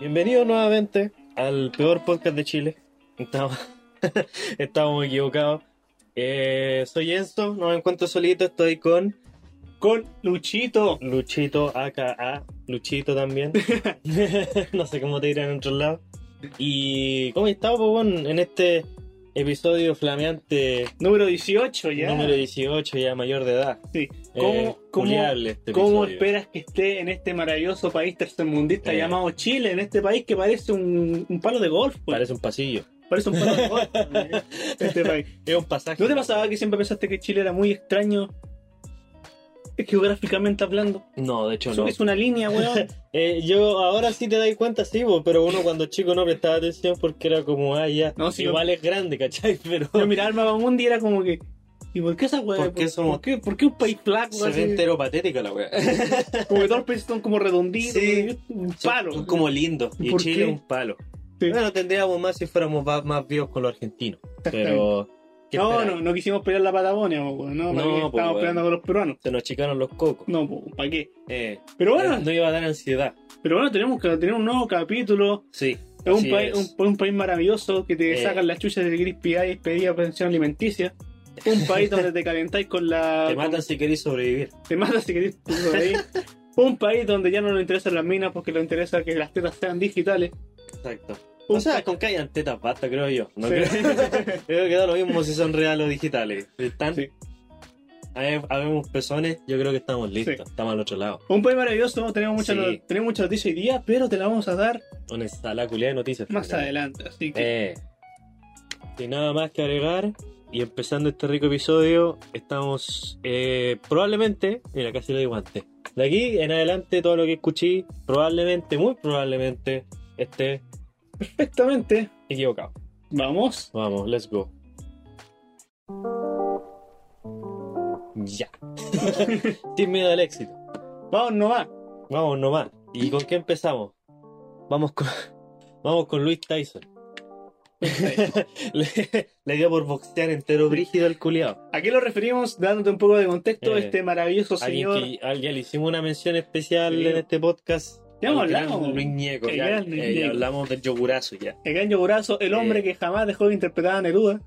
Bienvenidos nuevamente al peor podcast de Chile. Estamos, estamos equivocados. Eh, soy Enzo, no me encuentro solito, estoy con Con Luchito. Luchito, aka Luchito también. no sé cómo te dirán en otros lados. Y ¿cómo estás, Pobón? En este episodio flameante Número 18 Oh, ya. número 18, ya mayor de edad. Sí. Eh, ¿Cómo, cómo- culiable este cómo episodio. esperas que esté en este maravilloso país tercermundista Eh. llamado Chile? En este país que parece un, un palo de golf. pues. Parece un pasillo. Parece un palo de golf. eh, este país. Es un pasaje. ¿No te pasaba que siempre pensaste que Chile era muy extraño? eh, Geográficamente hablando. No, de hecho Eso no. Es una línea, weón. Eh, yo ahora sí te dais cuenta, sí, bo, pero uno cuando chico no prestaba atención porque era como, ah, ya, No, sí, igual es grande, ¿cachai? Pero Yo miraba al Mapamundi y era como que. ¿Y por qué esa weá? ¿Por qué somos- ¿Por qué, por qué un país flaco? se así? ve entero patética la weá. Como que todos los países son como redonditos. Sí. Un palo. Son como lindo. Y ¿Por Chile qué? es un palo. Sí. Bueno, tendríamos más si fuéramos va- más viejos con los argentinos. Pero. ¿qué No, esperar? no, no quisimos pelear la Patagonia, po, weón, no, No, ¿para qué? po, estábamos weón. peleando con los peruanos. Se nos chicaron los cocos. No, po, ¿para qué? Eh, Pero bueno, No iba a dar ansiedad. pero bueno, tenemos que tener un nuevo capítulo. Sí. Es un, así país, es. un, un país maravilloso que te Eh. sacan las chuchas de Crispy Eye y pedía pensión alimenticia. Un país donde te calentáis con la. Te con- matan si queréis sobrevivir. te matan si querés. tú, por ahí. Un país donde ya no nos interesan las minas porque nos interesa que las tetas sean digitales. Exacto. Un O sea, pa- con que hayan tetas basta, creo yo. No Sí. creo, creo que da lo mismo si son reales o digitales. Están. Sí. Hab- Habemos pezones, yo creo que estamos listos. Sí. Estamos al otro lado. un país maravilloso, tenemos muchas Sí. no- tenemos muchas noticias hoy día, pero te las vamos a dar Una sala culiada de noticias. más adelante. adelante. Así que. Eh, sin nada más que agregar, y empezando este rico episodio, estamos eh, probablemente, mira, casi lo digo antes. De aquí en adelante, todo lo que escuché, probablemente, muy probablemente, esté Perfectamente. equivocado. Vamos. Vamos, let's go. Ya. sin miedo al éxito. Vamos nomás. Vamos nomás. ¿Y con qué empezamos? Vamos con, vamos con Luis Tyson. le, le dio por boxear entero brígido al culiado. ¿A qué lo referimos? Dándote un poco de contexto, Eh, este maravilloso Alguien señor. que- al- ya le hicimos una mención especial Sí. en este podcast. Ya hemos Al gran hablado. Luis Ñeco, El ya, gran Luis eh, ya Ñeco. hablamos del yogurazo ya. El gran yogorazo, el hombre Eh. que jamás dejó de interpretar a Neruda.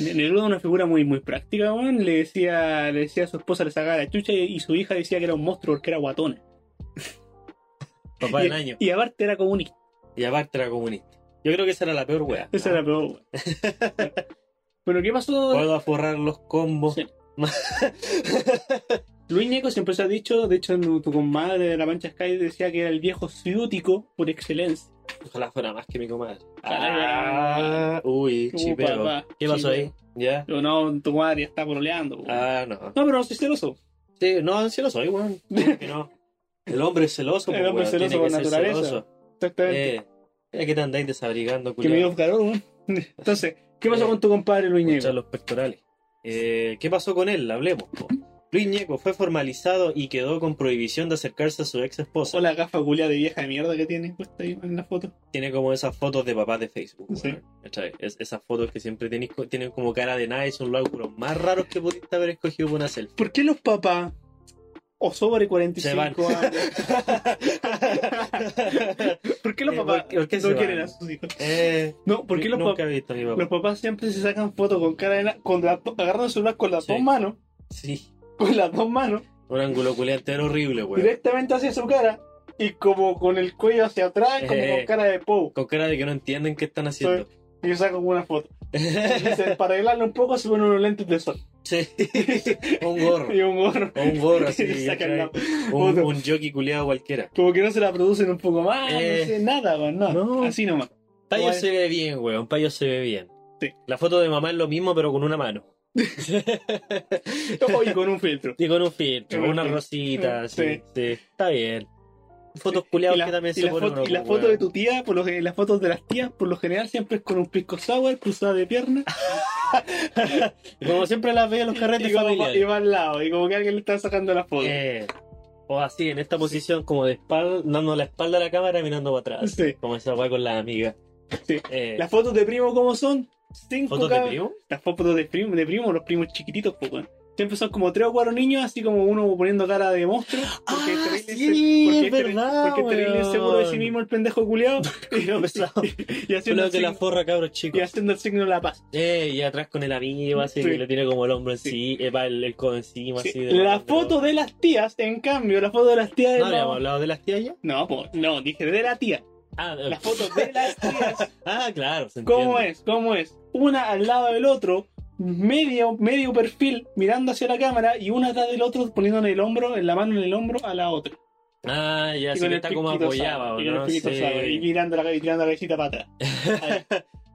Neruda una figura muy, muy práctica, weón. Le decía, le decía a su esposa le sacaba la chucha y, y su hija decía que era un monstruo porque era guatona. Papá Y- del año. Y aparte era comunista. Y aparte era comunista. Yo creo que esa era la peor wea. Esa era la peor, weón. Pero ¿qué pasó? Puedo aforrar los combos. Sí. Luis Neco siempre se ha dicho, de hecho en tu comadre de la Mancha Sky decía que era el viejo ciútico por excelencia. Ojalá fuera más que mi comadre. Ah. Ah, uy, Uh, chipero. papá, ¿Qué pasó chipero. ahí? ¿Ya? Pero no, tu comadre ya está pololeando. weón. Ah, no. No, pero no soy celoso. Sí, no, sí lo soy, weón. ¿Por qué no? El hombre es celoso, El pues, hombre es weón, celoso tiene que por ser naturaleza. celoso. Exactamente. Eh, mira que te andáis desabrigando, que me culiao. dio calor, weón. Entonces, ¿qué pasó Eh, con tu compadre Luis Escuchar Ñeco? los pectorales. Eh, ¿Qué pasó con él? Hablemos. po. Luis Ñeco fue formalizado y quedó con prohibición de acercarse a su ex esposa. O la gafa culia de vieja de mierda que tiene puesta ahí en la foto. Tiene como esas fotos de papás de Facebook. Sí. weón. ¿Cachai? Es- esas fotos que siempre tenéis co- tienen como cara de nada y son los ángulos más raros que pudiste haber escogido para una selfie. ¿Por qué los papás o sobre 45 Se van. años? ¿Por qué los Eh, papás ¿por qué- por qué se no quieren van? a sus hijos? Eh, No, ¿por qué los, nunca papás, he visto a mi papá. los papás siempre se sacan fotos con cara de na- con la, agarran el celular con las Sí. dos manos, Sí, con las dos manos, un ángulo culiante era horrible, weón. directamente hacia su cara y como con el cuello hacia atrás, como Eh. con cara de Pou. Con cara de que no entienden qué están haciendo. Y yo saco una foto. Y dicen, para arreglarlo un poco, se ponen unos lentes de sol Sí. un gorro. y un gorro. O un gorro Y le así. ¿cachai? sacan la- Un, foto. un jockey culiado cualquiera. Como que no se la producen un poco más, Eh. no sé, nada, weón, no. No. Así nomás. Payo Guay. se ve bien, weón. Payo se ve bien. Sí. La foto de mamá es lo mismo, pero con una mano. Oye, con un filtro. Y con un filtro, Con una un- rosita, sí. Sí. sí. Está bien. Fotos culiadas Y la- que también y se la ponen. foto- uno, y la pues, foto de weón. tu tía, por lo que, las fotos de las tías, por lo general siempre es con un pisco sour, cruzada de pierna, Como siempre las veo en los carretes y, como, y familiares. va al lado, y como que alguien le está sacando la foto. Eh, o así, en esta posición, como de espalda, dando la espalda a la cámara y mirando para atrás. Sí. Como esa weá con las amigas. Sí. Eh, Las fotos de primo, ¿cómo son? Cinco ¿Fotos de cab- primo? Las fotos de primo, de primo, los primos chiquititos, po, weón. Siempre son como tres o cuatro niños, así como uno poniendo cara de monstruo. porque este Ah, es terrible sí, ese- porque es terrible- verdad, Porque este es terrible weón. seguro de sí mismo el pendejo culiado. Y, Lo pesado. y haciendo Solo el que la signo, forra, cabros y chicos. haciendo el signo de la paz. Eh, y atrás con el amigo, así Sí. que le tiene como el hombro en sí, Sí. eh, va, el, el codo encima, Sí. así. de- La de- foto de las tías, en cambio, la foto de las tías. ¿No de habíamos los- hablado de las tías ya? No, po, no, dije de la tía. Ah, eh, La foto de las tías. ah claro, se entiende. ¿Cómo es? ¿Cómo es? Una al lado del otro, medio, medio perfil, mirando hacia la cámara, y una atrás del otro poniéndole el hombro, en la mano en el hombro a la otra. Ah, ya, Y sí con que el está como piquito apoyada, sábado, ¿o y con el ¿no? piquito Sí. sábado, Y mirando la, y tirando la cabecita para atrás.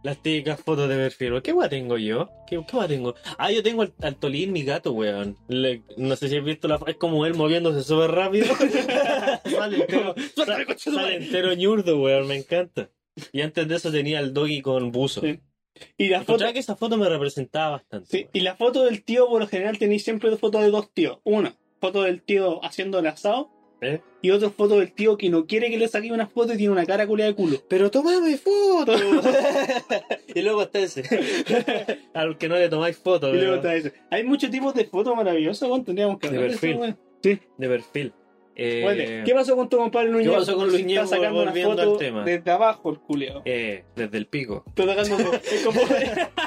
Las típicas fotos de perfil. ¿Qué guay tengo yo? ¿Qué, qué guay tengo? Ah, yo tengo al, al Tolín, mi gato, weón. Le- no sé si has visto la fo- Es como él moviéndose súper rápido. sale entero, Suéltame, coche tu sale madre. entero ñurdo, weón. Me encanta. Y antes de eso tenía al doggy con buzo. Sí. Y la foto. Encontraba que esa foto me representaba bastante. Sí, weón. y la foto del tío, por lo general, tenéis siempre dos fotos de dos tíos. Una, foto del tío haciendo el asado. ¿Eh? Y otra foto del tío que no quiere que le saque una foto y tiene una cara culia de culo. Pero tomame foto. y luego está ese. al que no le tomáis foto, Y luego weón. está eso. Hay muchos tipos de fotos maravillosas, weón. Tendríamos que De hablar de eso, perfil. weón. De perfil. Eh, Bueno, ¿Qué pasó con tu compadre Luñez? pasó con Luñez, Está sacando una volviendo foto al tema? desde abajo el culiao. eh, desde el pico. Está sacando- es como,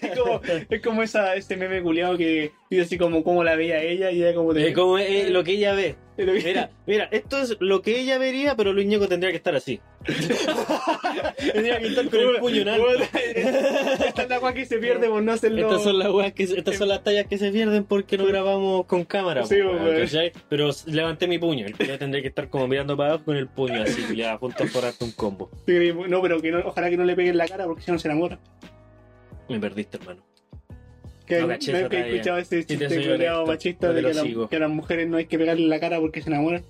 es como, es como esa, este meme culiao que dice así como cómo la veía ella y ella como... Eh, como eh, lo que ella ve. Pero- Mira, mira, esto es lo que ella vería, pero Luis Ñeco tendría que estar así. tendría que estar con el puño en alto. eh, Esta es la agua que se pierde por no hacerlo. Estas son las weas que se- estas son las tallas que se pierden porque no grabamos con cámara. Sí, po, pues, weón, weón. ¿cachai? Pero s- levanté mi puño. Yo tendría que estar como mirando para abajo con el puño así, que ya a punto de forrarte un combo. No, pero que no, ojalá que no le peguen la cara porque si no se enamora. Me perdiste, hermano. Que No no, caché es esa que he talla. escuchado ese te chiste soy culiao honesto, machista no te de lo que, la- sigo. que a las mujeres no hay que pegarle la cara porque se enamoran.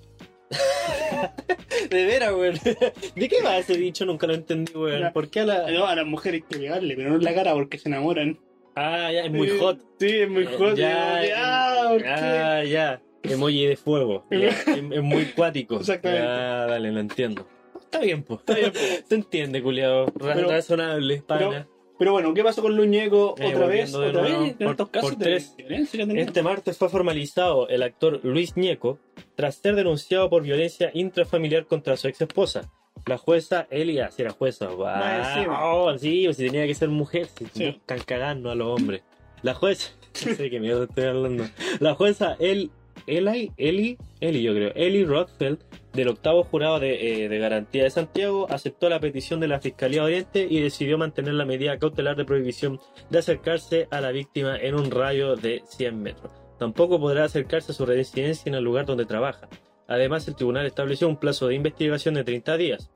De veras, weón. ¿De qué va ese dicho? Nunca lo entendí, weón. Ya. ¿Por qué a la.? No, a las mujeres hay que pegarle, pero no en la cara porque se enamoran. Ah, ya, es muy hot. Sí, es muy Eh, hot. ya, y- ah, ¿por qué? Ah, ya. Emoji de fuego. Ya, Es, es muy cuático. Exactamente. Ah, dale, lo entiendo. Está bien, pues. Está bien, po. Se entiende, culiado. Pero- Razonable, pana. Pero bueno, ¿qué pasó con Luñeco Eh, otra vez? volviendo de Otra nuevo, vez, en por- estos por casos de tres. violencia que tenemos. Este martes fue formalizado el actor Luis Ñeco tras ser denunciado por violencia intrafamiliar contra su ex esposa. La jueza Elia, si era jueza, Más encima. wow, sí, o si tenía que ser mujer, si Sí. buscan cagarnos a los hombres. La jueza, no sé qué mierda estoy hablando. La jueza El, Eli, Eli, Eli, yo creo, Eli Rothfeld, del octavo jurado de, eh, de garantía de Santiago, aceptó la petición de la Fiscalía Oriente y decidió mantener la medida cautelar de prohibición de acercarse a la víctima en un rayo de 100 metros. Tampoco podrá acercarse a su residencia en el lugar donde trabaja. Además, el tribunal estableció un plazo de investigación de 30 días.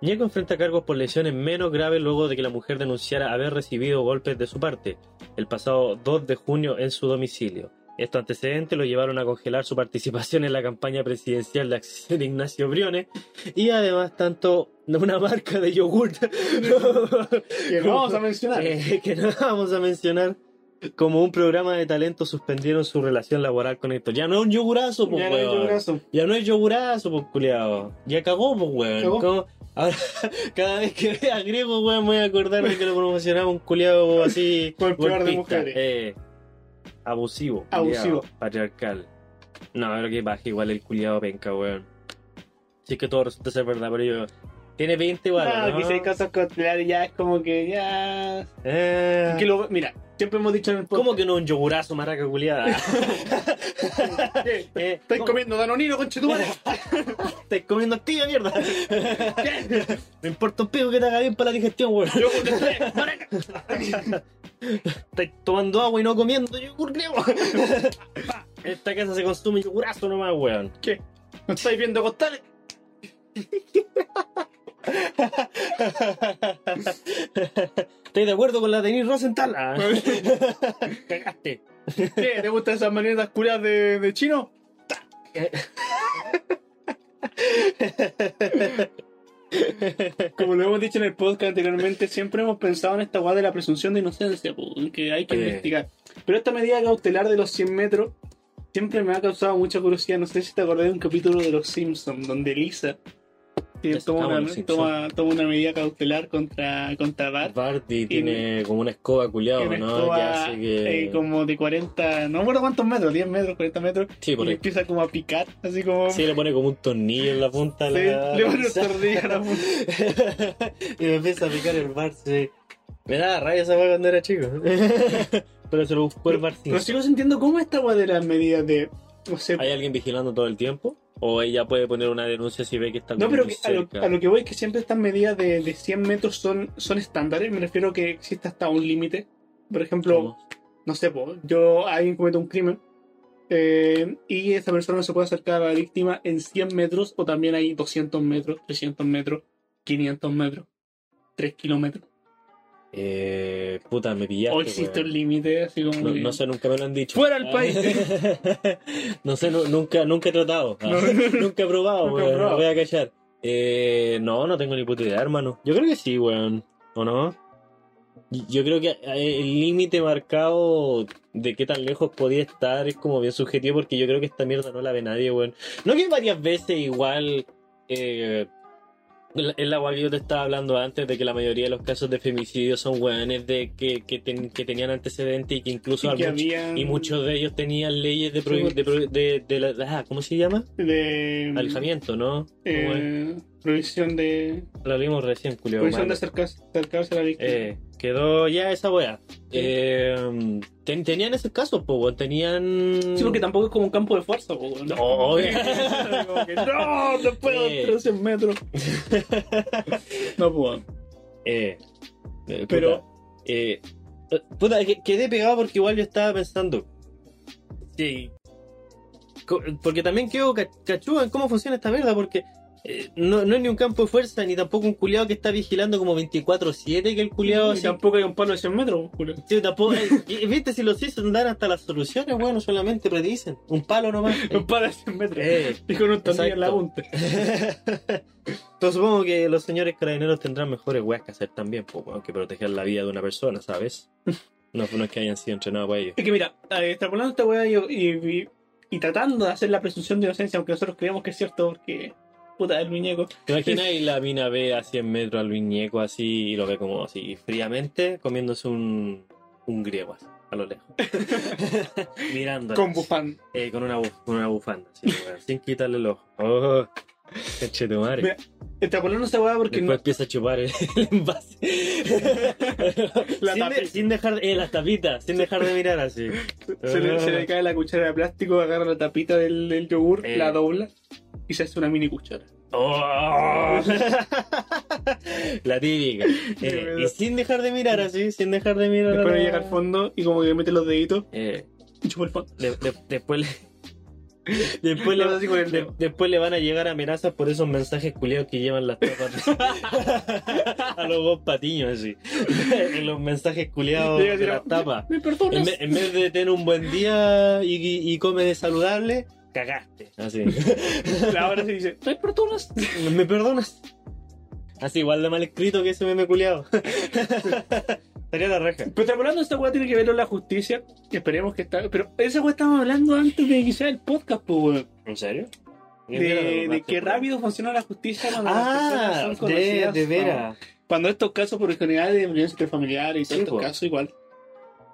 Ñeco enfrenta cargos por lesiones menos graves luego de que la mujer denunciara haber recibido golpes de su parte el pasado 2 de junio en su domicilio. Estos antecedentes lo llevaron a congelar su participación en la campaña presidencial de acción de Ignacio Briones y además tanto una marca de yogur Que no vamos a mencionar. eh, que no vamos a mencionar como un programa de talento suspendieron su relación laboral con esto. Ya no es un yogurazo, pues, Ya no hay weón. yogurazo. Ya no es yogurazo, pues, culiao. Ya cagó, pues, weón. Cagó. ¿Cómo? Ahora, cada vez que vea griego, weón, me voy a acordar de que lo promocionaba un culiao así. Por peor de golpista, mujeres. eh, abusivo. Abusivo. culiao, patriarcal. No, creo que baja igual el culiao penca, weón. Si es que todo resulta ser verdad, pero yo. Tiene 20 igual. Ah, ¿no? que si hay cosas cautelares ya es como que ya... Eh. Que lo- mira, siempre hemos dicho en el ¿Cómo que no un yogurazo, maraca culiada? Eh, Eh, Estáis ¿cómo? comiendo danonino, conchetumare. Estáis comiendo activa, mierda. Me importa un pico que te haga bien para la digestión, weón. Yo con ustedes, maraca. Estáis tomando agua y no comiendo yogur griego. En Esta casa se consume yogurazo nomás, weón. ¿Qué? ¿No estáis viendo costales? ¿Estáis de acuerdo con la Denise Rosenthal? Ah. Cagaste. ¿Qué? ¿Te gustan esas maneras culiadas de, de chino? Como lo hemos dicho en el podcast anteriormente, siempre hemos pensado en esta guada de la presunción de inocencia, po, que hay que Eh. investigar. Pero esta medida cautelar de los 100 metros siempre me ha causado mucha curiosidad. No sé si te acordás de un capítulo de Los Simpsons donde Lisa Sí, Ya se toma, acaban una, los Simpsons. toma, toma una medida cautelar contra, contra Bart. Barty tiene como una escoba culiado, que me ¿no? escoba, que hace que. eh, como de 40, no me acuerdo cuántos metros, 10 metros, 40 metros, Sí, y por le ahí. empieza como a picar, así como... Sí, le pone como un tornillo en la punta. a Sí, la... le pone un tornillo a la punta. y me empieza a picar el bar, sí. Me daba rabia esa weá cuando era chico. Pero se lo buscó el bar No sigo sintiendo cómo esta weá de las medidas de... No sé, ¿Hay alguien vigilando todo el tiempo? ¿O ella puede poner una denuncia si ve que está no, pero muy que a, lo, cerca? a lo que voy es que siempre estas medidas de, de 100 metros son, son estándares, me refiero que existe hasta un límite. Por ejemplo, ¿Cómo? no sé, po, yo alguien comete un crimen eh, y esa persona no se puede acercar a la víctima en 100 metros o también hay 200 metros, 300 metros, 500 metros, 3 kilómetros. Eh, puta, me pillaste. O existe weón. un límite, así como... no, que- no sé, nunca me lo han dicho. ¡Fuera el país! no sé, nu- nunca, nunca he tratado. No. nunca he probado, Nunca he weón. probado. Voy a callar. Eh, no, no tengo ni puta idea, hermano. Yo creo que sí, weón. ¿O no? Y- Yo creo que eh, el límite marcado de qué tan lejos podía estar es como bien subjetivo porque yo creo que esta mierda no la ve nadie, weón. No que varias veces igual... Eh, la- es la guay que yo te estaba hablando antes de que la mayoría de los casos de femicidio son weones de que, que, ten- que tenían antecedentes y que incluso y que al- habían... y muchos de ellos tenían leyes de, prohi- Sí, de, pro- de- de la- ah, ¿cómo se llama? de... Alejamiento, pues, ¿no? ¿Cómo es? eh, prohibición de... Lo vimos recién, Julio. Prohibición de acercarse, acercarse a la víctima. Eh, quedó ya esa wea. Eh, ten- tenían esos casos, po, weón, tenían... Sí, porque tampoco es como un campo de fuerza, po, ¿no? No, obvio. Como que, no, no puedo Eh. 300 metros. No puedo. Eh, eh, Pero- puta, eh, eh, puta, que- quedé pegado porque igual yo estaba pensando. Sí. Co- Porque también quedo ca- cachúa en cómo funciona esta mierda, porque eh, no, no es ni un campo de fuerza, ni tampoco un culiado que está vigilando como 24-7 que el culiado Y se tampoco hay un palo de 100 metros, pues, po, culo. Sí, tampoco- eh, y- Viste, si los Simpsons dan hasta las soluciones, bueno, solamente predicen. Un palo nomás. Un palo de 100 metros. Eh. Y con un tornillo en la Exacto. punta. Entonces supongo que los señores carabineros tendrán mejores weas que hacer también, pues, weón, que proteger la vida de una persona, ¿sabes? No, no es que hayan sido entrenados para ello. Es que mira, eh, extrapolando esta weá y, y- y- y tratando de hacer la presunción de inocencia, aunque nosotros creemos que es cierto, porque puta, el muñeco. ¿Te imaginas y la mina ve a 100 metros al viñeco así y lo ve como así fríamente comiéndose un, un griego así, a lo lejos? Mirando. Con bufán. Eh, con una, bu- con una bufanda, así, weón, sin quitarle el ojo. Oh, che tu madre. Mira, Extrapolando esta weá porque Después no, empieza a chupar el, el envase. La sin, de- tapita. sin dejar eh, las tapitas, sin dejar de mirar así. se, le, se le cae la cuchara de plástico, agarra la tapita del, del yogur, Eh. la dobla y se hace una mini cuchara. Oh. la típica. Eh, y sin dejar de mirar así, sin dejar de mirar. Después a la- llega al fondo y como que mete los deditos Eh, y chupa el fondo. de- de- después le... Después le, Le hace así con el de- dedo. después le van a llegar amenazas por esos mensajes culiados que llevan las tapas a los dos patiños así. en los mensajes culiados Llega y de dirá, las tapas. ¿Me En, perdonas? ve- en vez de tener un buen día y, y, y come de saludable, cagaste. Así. Ahora se dice, ¿me perdonas? ¿Me perdonas? Así, igual de mal escrito que ese meme culiado. Estaría la reja. Pero extrapolando esta weá tiene que ver con la justicia. Esperemos que está. Pero esa weá estábamos hablando antes de iniciar el podcast, pues weón. ¿En serio? De, de que rápido funciona la justicia cuando las Ah, personas son de, conocidas, de ¿no? veras. Cuando estos casos, por lo general, de violencia interfamiliar y todos Sí, estos po. casos, igual.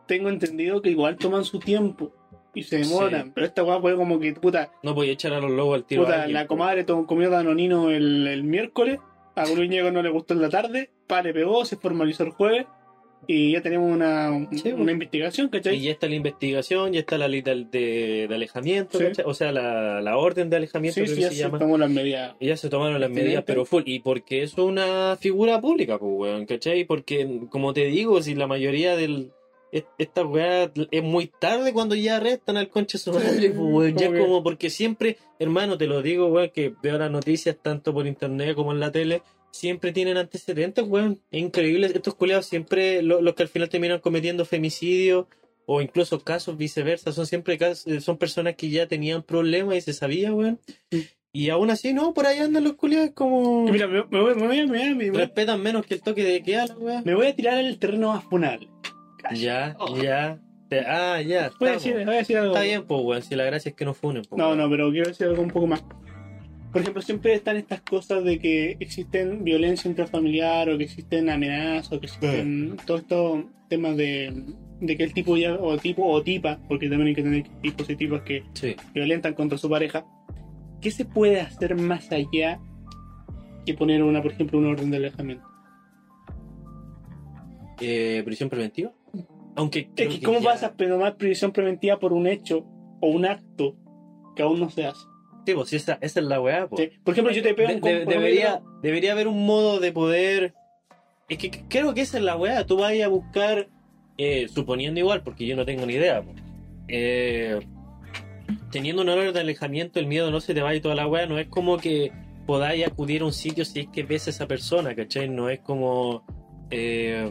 Tengo entendido que igual toman su tiempo y se demoran. Sí. Pero esta weá fue como que, puta, No voy a echar a los lobos al tiro. a puta alguien, la po. comadre to- comió danonino el, el miércoles. A Gruñego no le gustó en la tarde. Pa le pegó, se formalizó el jueves. Y ya tenemos una, Sí, po. una investigación, ¿cachai? Y ya está la investigación, ya está la ley de, de- de alejamiento, Sí. ¿cachai? o sea, la, la orden de alejamiento Sí, creo sí, que ya se se llama. tomó las medidas. Y Ya se tomaron las medidas, Excelente. pero full. Y porque eso es una figura pública, pues, weón, ¿cachai? Porque, como te digo, si la mayoría del. est- Esta weá es muy tarde cuando ya arrestan al concha de su madre, pues, weón. Ya Obvio. como porque siempre, hermano, te lo digo, weón, que veo las noticias tanto por internet como en la tele, siempre tienen antecedentes, weón. Es increíble. Estos culeados siempre, lo- los que al final terminan cometiendo femicidio o incluso casos viceversa, son siempre cas- eh, son personas que ya tenían problemas y se sabía, weón. Y aún así, no, por ahí andan los culiados como... Que Mira, me, me voy, me, voy, me, voy, me voy- Respetan menos que el toque de queda, la weón. me voy a tirar al terreno más funal. Ya, Oh. ya. Te- Ah, ya. Voy a estamos. decir, voy a decir algo. Está bien, pues, weón, si la gracia es que no funen, po, No, weón. no, pero quiero decir algo un poco más. por ejemplo, siempre están estas cosas de que existen violencia intrafamiliar o que existen amenazas o que existen todos estos temas de, de que el tipo ya, o tipo o tipa, porque también hay que tener tipos y tipas que Sí. violentan contra su pareja. ¿Qué se puede hacer más allá que poner una, por ejemplo, una orden de alejamiento? Eh, ¿Prisión preventiva? Aunque. Es creo que, ¿cómo ya- vas a pedomar prisión preventiva por un hecho o un acto que aún no se hace? Sí, pues, si esa, esa es la weá, pues. Sí. Por ejemplo, yo te pego De- un de- comp- debería, debería haber un modo de poder. Es que creo que esa es la weá. Tú vas a buscar, eh, suponiendo igual, porque yo no tengo ni idea. po. Eh, teniendo un horario de alejamiento, el miedo no se te va y toda la weá. No es como que podáis acudir a un sitio si es que ves a esa persona, ¿cachai? No es como. eh,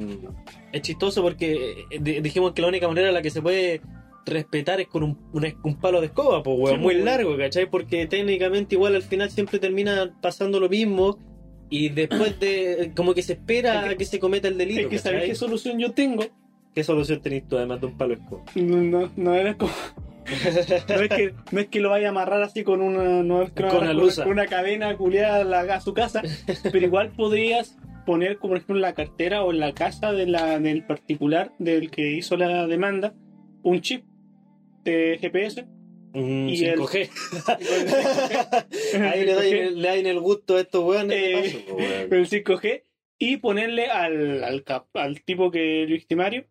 es chistoso porque eh, di- dijimos que la única manera en la que se puede respetar es con un, un, es- un palo de escoba, pues, weón, Sí, muy weón. largo, ¿cachai? Porque técnicamente igual al final siempre termina pasando lo mismo y después de, eh, como que se espera Es que- a que se cometa el delito, Es que sabes ¿cachai? qué solución yo tengo. ¿Qué solución tenés tú además de un palo de escoba? No, no, no era como- no es que no es que lo vaya a amarrar así con una no es que lo Con amarras la lusa. con una cadena culeada a, la- a su casa, pero igual podrías poner como por ejemplo en la cartera o en la casa de la, del particular del que hizo la demanda un chip de GPS Un Y 5G. Mm, Ahí le dan el, le dan el gusto a estos weones. de Eh, paso, po, weón. el 5G y ponerle al, al, cap- al tipo que el victimario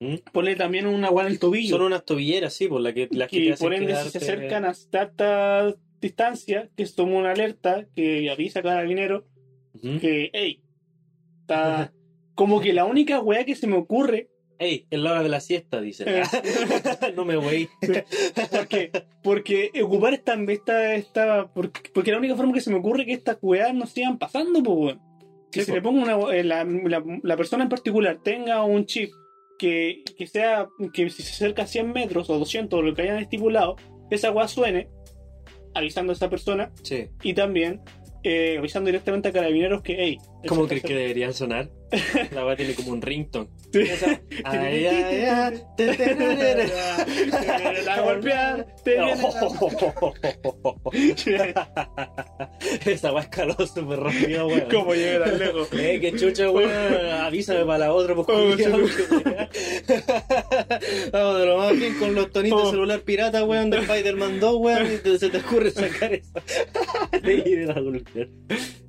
¿Mm? ponerle también una guana en el tobillo Son unas tobilleras, sí, por la que las que y te hacen por ende si quedarte- se acercan a cierta distancia que se toma una alerta que avisa a carabinero Ujú. que hey está como que la única weá que se me ocurre Ey, es la hora de la siesta, dicen. Eh. no me wey. porque porque ocupar esta esta, esta porque, porque la única forma que se me ocurre es que estas weas no sigan pasando pues weón que Sí, se po. le ponga una eh, la, la, la persona en particular tenga un chip que, que sea que si se acerca a 100 metros o 200 o lo que hayan estipulado esa wea suene avisando a esa persona Sí. y también eh, avisando directamente a carabineros que, hey, ¿Cómo crees que deberían sonar? La weá tiene como un rington. Sí. Ay, ay, ay. te, te, te, te, te. a golpear, te vienen a- Esa weá escaló súper rápido, weón. ¿Cómo llegué tan lejos? Eh, qué chucha, weón. Avísame para la otra, pues. Oh, culiao. Vamos de lo más bien con los tonitos Oh. de celular pirata, weón, de Spider-Man 2, weón. Y te- se te ocurre sacar esa. De ir a golpear.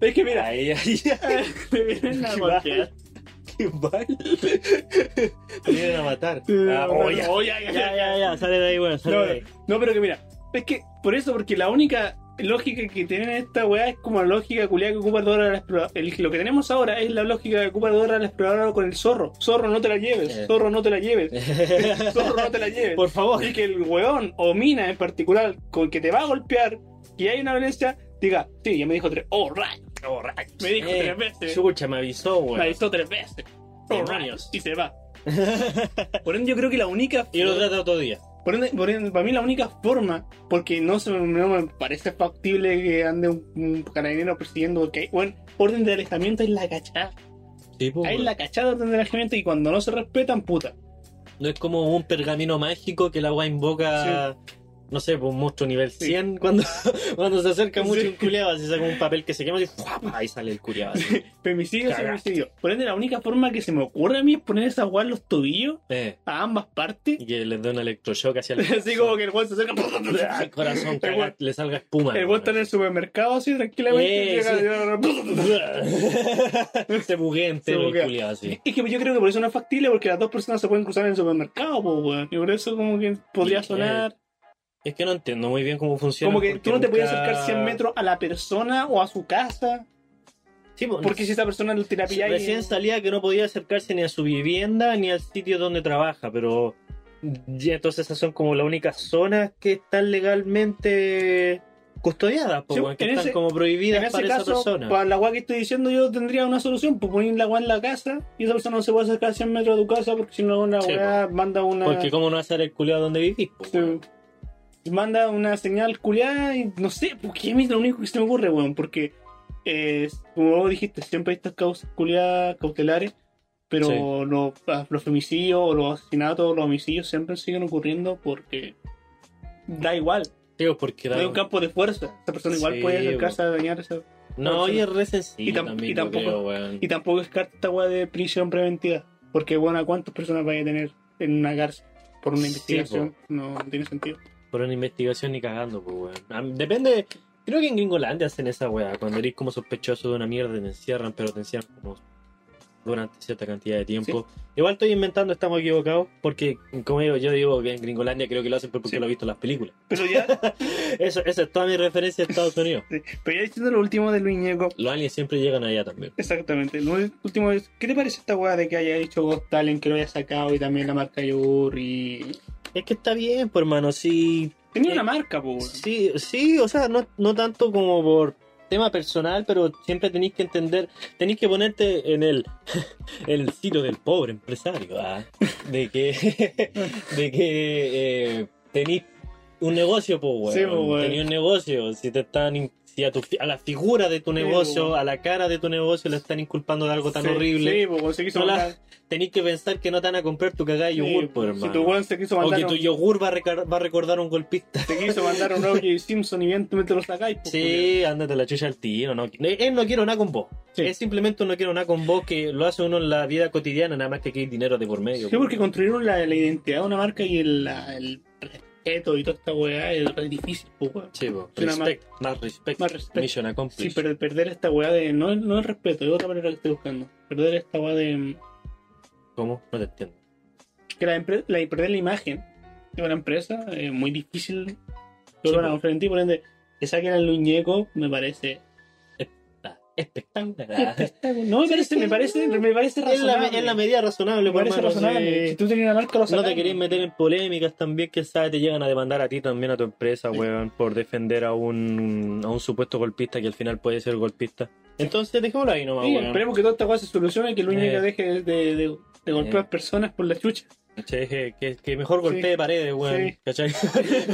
Es que mira, Ay, ay, ay. te vienen a Qué golpear. Qué mal. Te vienen a matar. Ah, oh, ya. Oh, ya, ya, Ya, ya, ya, sale de ahí, weón, sale No, de ahí. No, pero que mira, es que por eso, porque la única lógica que tienen esta weá es como la lógica culiada que ocupa Dora la Exploradora. El- Lo que tenemos ahora es la lógica que ocupa Dora la Exploradora con el zorro. Zorro, no te la Eh. lleves. Zorro, no te la lleves. Zorro, no te la lleves. Por favor. Y que el weón o mina en particular con que te va a golpear y hay una violencia, diga, sí, ya me dijo tres, oh, right, oh, right. Me dijo Eh, tres veces, Chucha, me avisó, me weón. avisó tres veces, oh, right, Demonios. y se va. Por ende, yo creo que la única. Y lo trata otro día. Por ende, por ende, para mí, la única forma, porque no, se, me- no me parece factible que ande un, un carabinero persiguiendo, ok, bueno, orden de alejamiento es la cachada. Sí, pues, Hay weón. la cachada de orden de alejamiento y cuando no se respetan, puta. No es como un pergamino mágico que la agua invoca, no sé, por un monstruo nivel Sí. 100. Cuando, cuando se acerca mucho Sí. un culeado, así saca un papel que se quema y ¡fua! ahí sale el culeado. así. Femicidio, Cagá. femicidio. Por ende, la única forma que se me ocurre a mí es poner esa weá en los tobillos Eh, a ambas partes. y que les dé un electroshock hacia el Así como que el weón se acerca. al corazón, El caga- weón- le salga espuma. El weón está en el supermercado así Eh, tranquilamente. llega- sí. se buguea entero Se buguea. el culeado así. Es que yo creo que por eso no es factible, porque las dos personas se pueden cruzar en el supermercado, po, weón. Y por eso como que podría Y, sonar. Es que no entiendo muy bien cómo funciona. como que eh, porque tú no te podías nunca- acercar 100 metros a la persona o a su casa. Sí, pues, Porque si esa persona lo tira Sí, pillada Recién salía que no podía acercarse ni a su vivienda ni al sitio donde trabaja, pero ya entonces esas son como las únicas zonas que están legalmente custodiadas, po, Sí, weón, que en están ese- como En prohibidas ese para esa caso, persona. para la agua que estoy diciendo, yo tendría una solución: pues poner la agua en la casa y esa persona no se puede acercar a 100 metros de tu casa porque si no, la Sí, weá manda una. Porque cómo no hacer el culeado donde vivís, po, se- weón. manda una señal culiada y no sé, porque a mí es lo único que se me ocurre, weón. Porque, eh, como vos dijiste, siempre hay estas causas culiadas cautelares, pero Sí. los, los femicidios, o los asesinatos, los homicidios siempre siguen ocurriendo porque da igual. Sí, porque No hay un campo de fuerza. Esta persona igual Sí, pues. puede acercarse a dañar esa. No, y es re sencillo Y tam- también, y yo tampoco- creo, weón. Y tampoco descarta esta weá de prisión preventiva. Porque, bueno, ¿a cuántas personas vaya a tener en una cárcel por una Sí, investigación? no, no tiene sentido. Por una investigación ni cagando, pues, weón. Am- Depende. Creo que en Gringolandia hacen esa weá. Cuando eres como sospechoso de una mierda, te encierran, pero te encierran como durante cierta cantidad de tiempo. Igual estoy inventando, estamos equivocados, porque, como digo, yo digo que en Gringolandia creo que lo hacen porque Sí. lo he visto en las películas. Pero ya, Eso, esa es toda mi referencia a Estados Unidos. pero ya diciendo lo último de Luis Ñeco. Los aliens siempre llegan allá también. Exactamente. Lo último es, ¿qué te parece esta weá de que haya hecho Ghost Talent, que lo haya sacado y también la marca Yogur y... Es que está bien, pues, hermano. Sí, Tenía Eh, una marca, po, weón. Sí, sí, o sea, no, no tanto como por tema personal, pero siempre tenéis que entender, tenéis que ponerte en el, en el sitio del pobre empresario, ah, de que, de que eh, tenéis un negocio, pues, Sí, po, weón. Tenéis un negocio, si te están, in- si a, tu fi- a la figura de tu Sí, negocio, weón. a la cara de tu negocio le están inculpando de algo tan Sí, horrible, Sí, po, weón, se quiso No la- mandar... tenéis que pensar que no te van a comprar tu cagada de sí, yogur, pues, Si hermano. tu weón se quiso o mandar... que tu un- yogur va a, recar- va a recordar a un golpista. Te quiso mandar un OJ Simpson y bien tú te lo sacáis, po, culiao. Sí, ándate la chucha al tiro. No, él no quiero nada con vos. Sí. Es simplemente un no quiero nada con vos que lo hace uno en la vida cotidiana, nada más que aquí hay dinero de por medio. Sí, porque construyeron la, la identidad de una marca y el, la- el respeto y toda esta weá es re difícil, po, weón. Sí, po. Sí, nada más. Respect, más respect. Más respeto. Mission Sí, accomplished. pero el perder esta weá de... No, no el respeto, es otra manera que estoy buscando. Perder esta weá de... mm, ¿Cómo? No te entiendo. que la, empre- la perder la imagen de una empresa es muy difícil Sí, pues. que van a po. confiar en ti, por ende que saquen al Luñeco me parece Está espectacular. Es no me parece me parece me parece la, razonable me- es la medida razonable, me parece hermano, razonable sí. si tú tenías una marca lo No sacas. te querés meter en polémicas también, que sabe, te llegan a demandar a ti también, a tu empresa, Sí. weón, por defender a un, a un supuesto golpista que al final puede ser golpista. Entonces, dejémoslo ahí nomás, Sí, weón. esperemos que toda esta cosa se solucione y que el Luñeco Eh. deje de, de- de- de golpear Eh. personas por la chucha Che, que, que- que mejor golpee Sí. paredes, weón. Sí. ¿Cachai?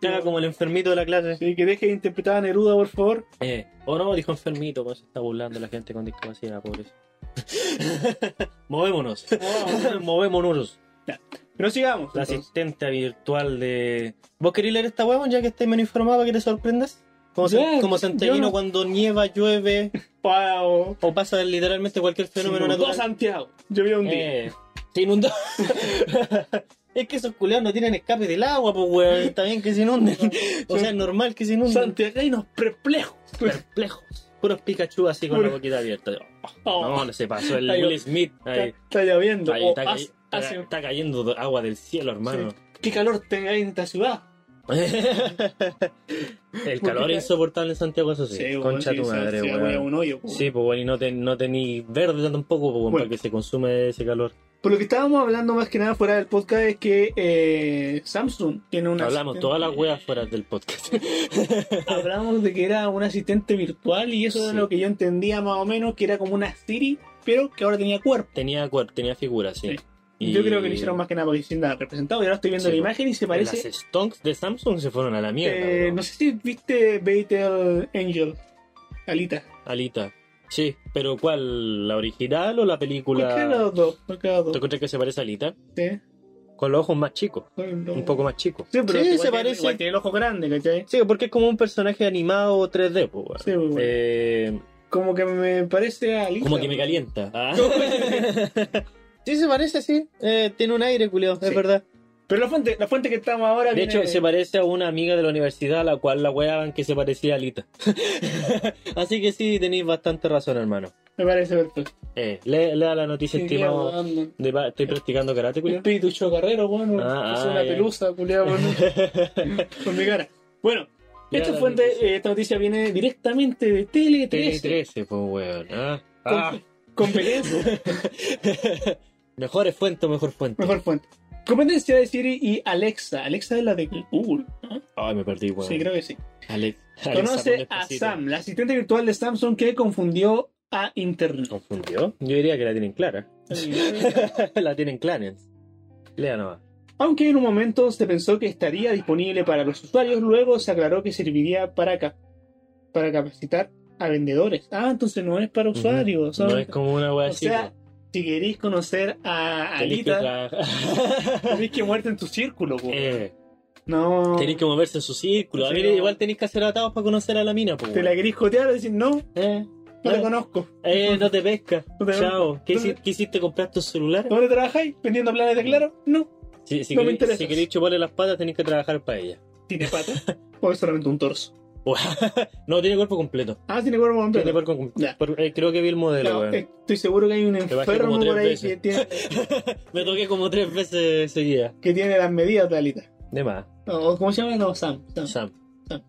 Que haga como el enfermito de la clase. Así que deje de interpretar a Neruda por favor Eh, o no, dijo enfermito, pues se está burlando la gente con discapacidad, pobre. Movémonos. Movémonos. pero sigamos La entonces. asistente virtual de. ¿Vos querés leer esta weón ya que estáis menos informado para que te sorprendas? Como, Ya, san- como yo santiaguino no- cuando nieva, llueve Pau. o pasa literalmente cualquier fenómeno Sin natural. duda, Santiago yo vi un día Eh, se inundó. es que esos culeados no tienen escape del agua, pues, weón. Está bien que se inunden. o sea, es normal que se inunden. Santiaguinos perplejos Perplejos. Puros Pikachu así con la Puro- boquita abierta. Oh. No, no se pasó. El Ahí va. Will Smith. Está, Oh, ahí. está lloviendo. Ahí o está, hace- ca- hace- está- está cayendo do- agua del cielo, hermano. sí. ¿Qué calor tenga en esta ciudad? el calor Porque- es insoportable en Santiago, eso sí. Concha tu madre, weón. un hoyo. po. Sí, pues bueno, y no, te, no tení verde tampoco, pues, weón, Bueno. para que se consume ese calor. Por lo que estábamos hablando más que nada fuera del podcast es que eh, Samsung tiene una. Hablamos asistente- todas las weas fuera del podcast. Hablamos de que era un asistente virtual y eso Sí. era lo que yo entendía más o menos, que era como una Siri, pero que ahora tenía cuerpo. Tenía cuerpo, tenía figura, sí. Y Yo creo que lo hicieron más que nada porque sin nada representado. Y ahora estoy viendo Sí, la po. imagen y se Las parece. stonks de Samsung se fueron a la mierda. eh, bro. no sé si viste Battle Angel, Alita. Alita. Sí, pero ¿cuál? ¿La original o la película? Cualquiera de los dos. cualquiera de los ¿Te dos. encuentras que se parece a Alita? Sí. Con los ojos más chicos, un poco más chicos. Sí, sí pero se igual tiene- parece. igual tiene el ojo grande, ¿cachai? Sí, porque es como un personaje animado 3D, pues. weón. Sí, pues, weón. Eh, Como que me parece a Lisa. como que me calienta. Ah. sí, se parece, sí. Eh, tiene un aire, culio, es Sí. verdad. Pero la fuente, la fuente que estamos ahora. De viene- hecho, se parece a una amiga de la universidad a la cual la weaban que se parecía a Alita. Así que sí, tenéis bastante razón, hermano. Me parece perfecto. Eh, lea, lea la noticia, Sí, estimado. mierda, anda. De pa- estoy practicando karate, culiao. Espíritu chocarrero, bueno. Ah, es ah, una ya. pelusa, culiado, con mi cara. Bueno, Ya, esta la fuente, noticia. eh, esta noticia viene directamente de Tele 13. T13, pues, weón. Ah. Con- Ah. Competencia. Mejor fuente, mejor fuente. Mejor fuente. Competencia de Siri y Alexa. Alexa es la de Google. ¿no? Ay, me perdí, weón. Sí, creo que sí. Alex, Alexa, Conoce ponle a pasito. Sam, la asistente virtual de Samsung que confundió a Internet. Oh. ¿Confundió? Yo diría que la tienen clara. la tienen Clarence. Lea nomás. Aunque en un momento se pensó que estaría disponible para los usuarios, luego se aclaró que serviría para, cap- para capacitar a vendedores. Ah, entonces no es para usuarios. Ujú. son- No es como una wea o así. sea, si queréis conocer a weón. Tenés que Alita, trabajar. tenéis que muerte en tu círculo. po. Eh, No. Tenéis que moverse en su círculo. A Sí, ver, no. igual tenéis que hacer atados para conocer a la mina, pues. Te la querís jotear y decís, no, Eh, no la eh, conozco. eh, no te pesca. No te- Chao. ¿Qué, no hici- te- qué hiciste? ¿Compraste un celular? ¿Dónde trabajáis? ¿Vendiendo planes de claro? No. Si, si no me queréis- interesas. si queréis chuparle las patas, tenéis que trabajar para ella. ¿Tiene patas? ¿O es solamente un torso? no, tiene cuerpo completo. Ah, tiene cuerpo Tiene completo. cuerpo com- Ya. por- eh, creo que vi el modelo, Claro, weón. Estoy seguro que hay un Te bajé enfermo como tres por ahí veces. que tiene, Me toqué como tres veces seguida. que tiene las medidas de Alita. De más. O, ¿Cómo se llama? No, Sam. Sam. Sam. Sam.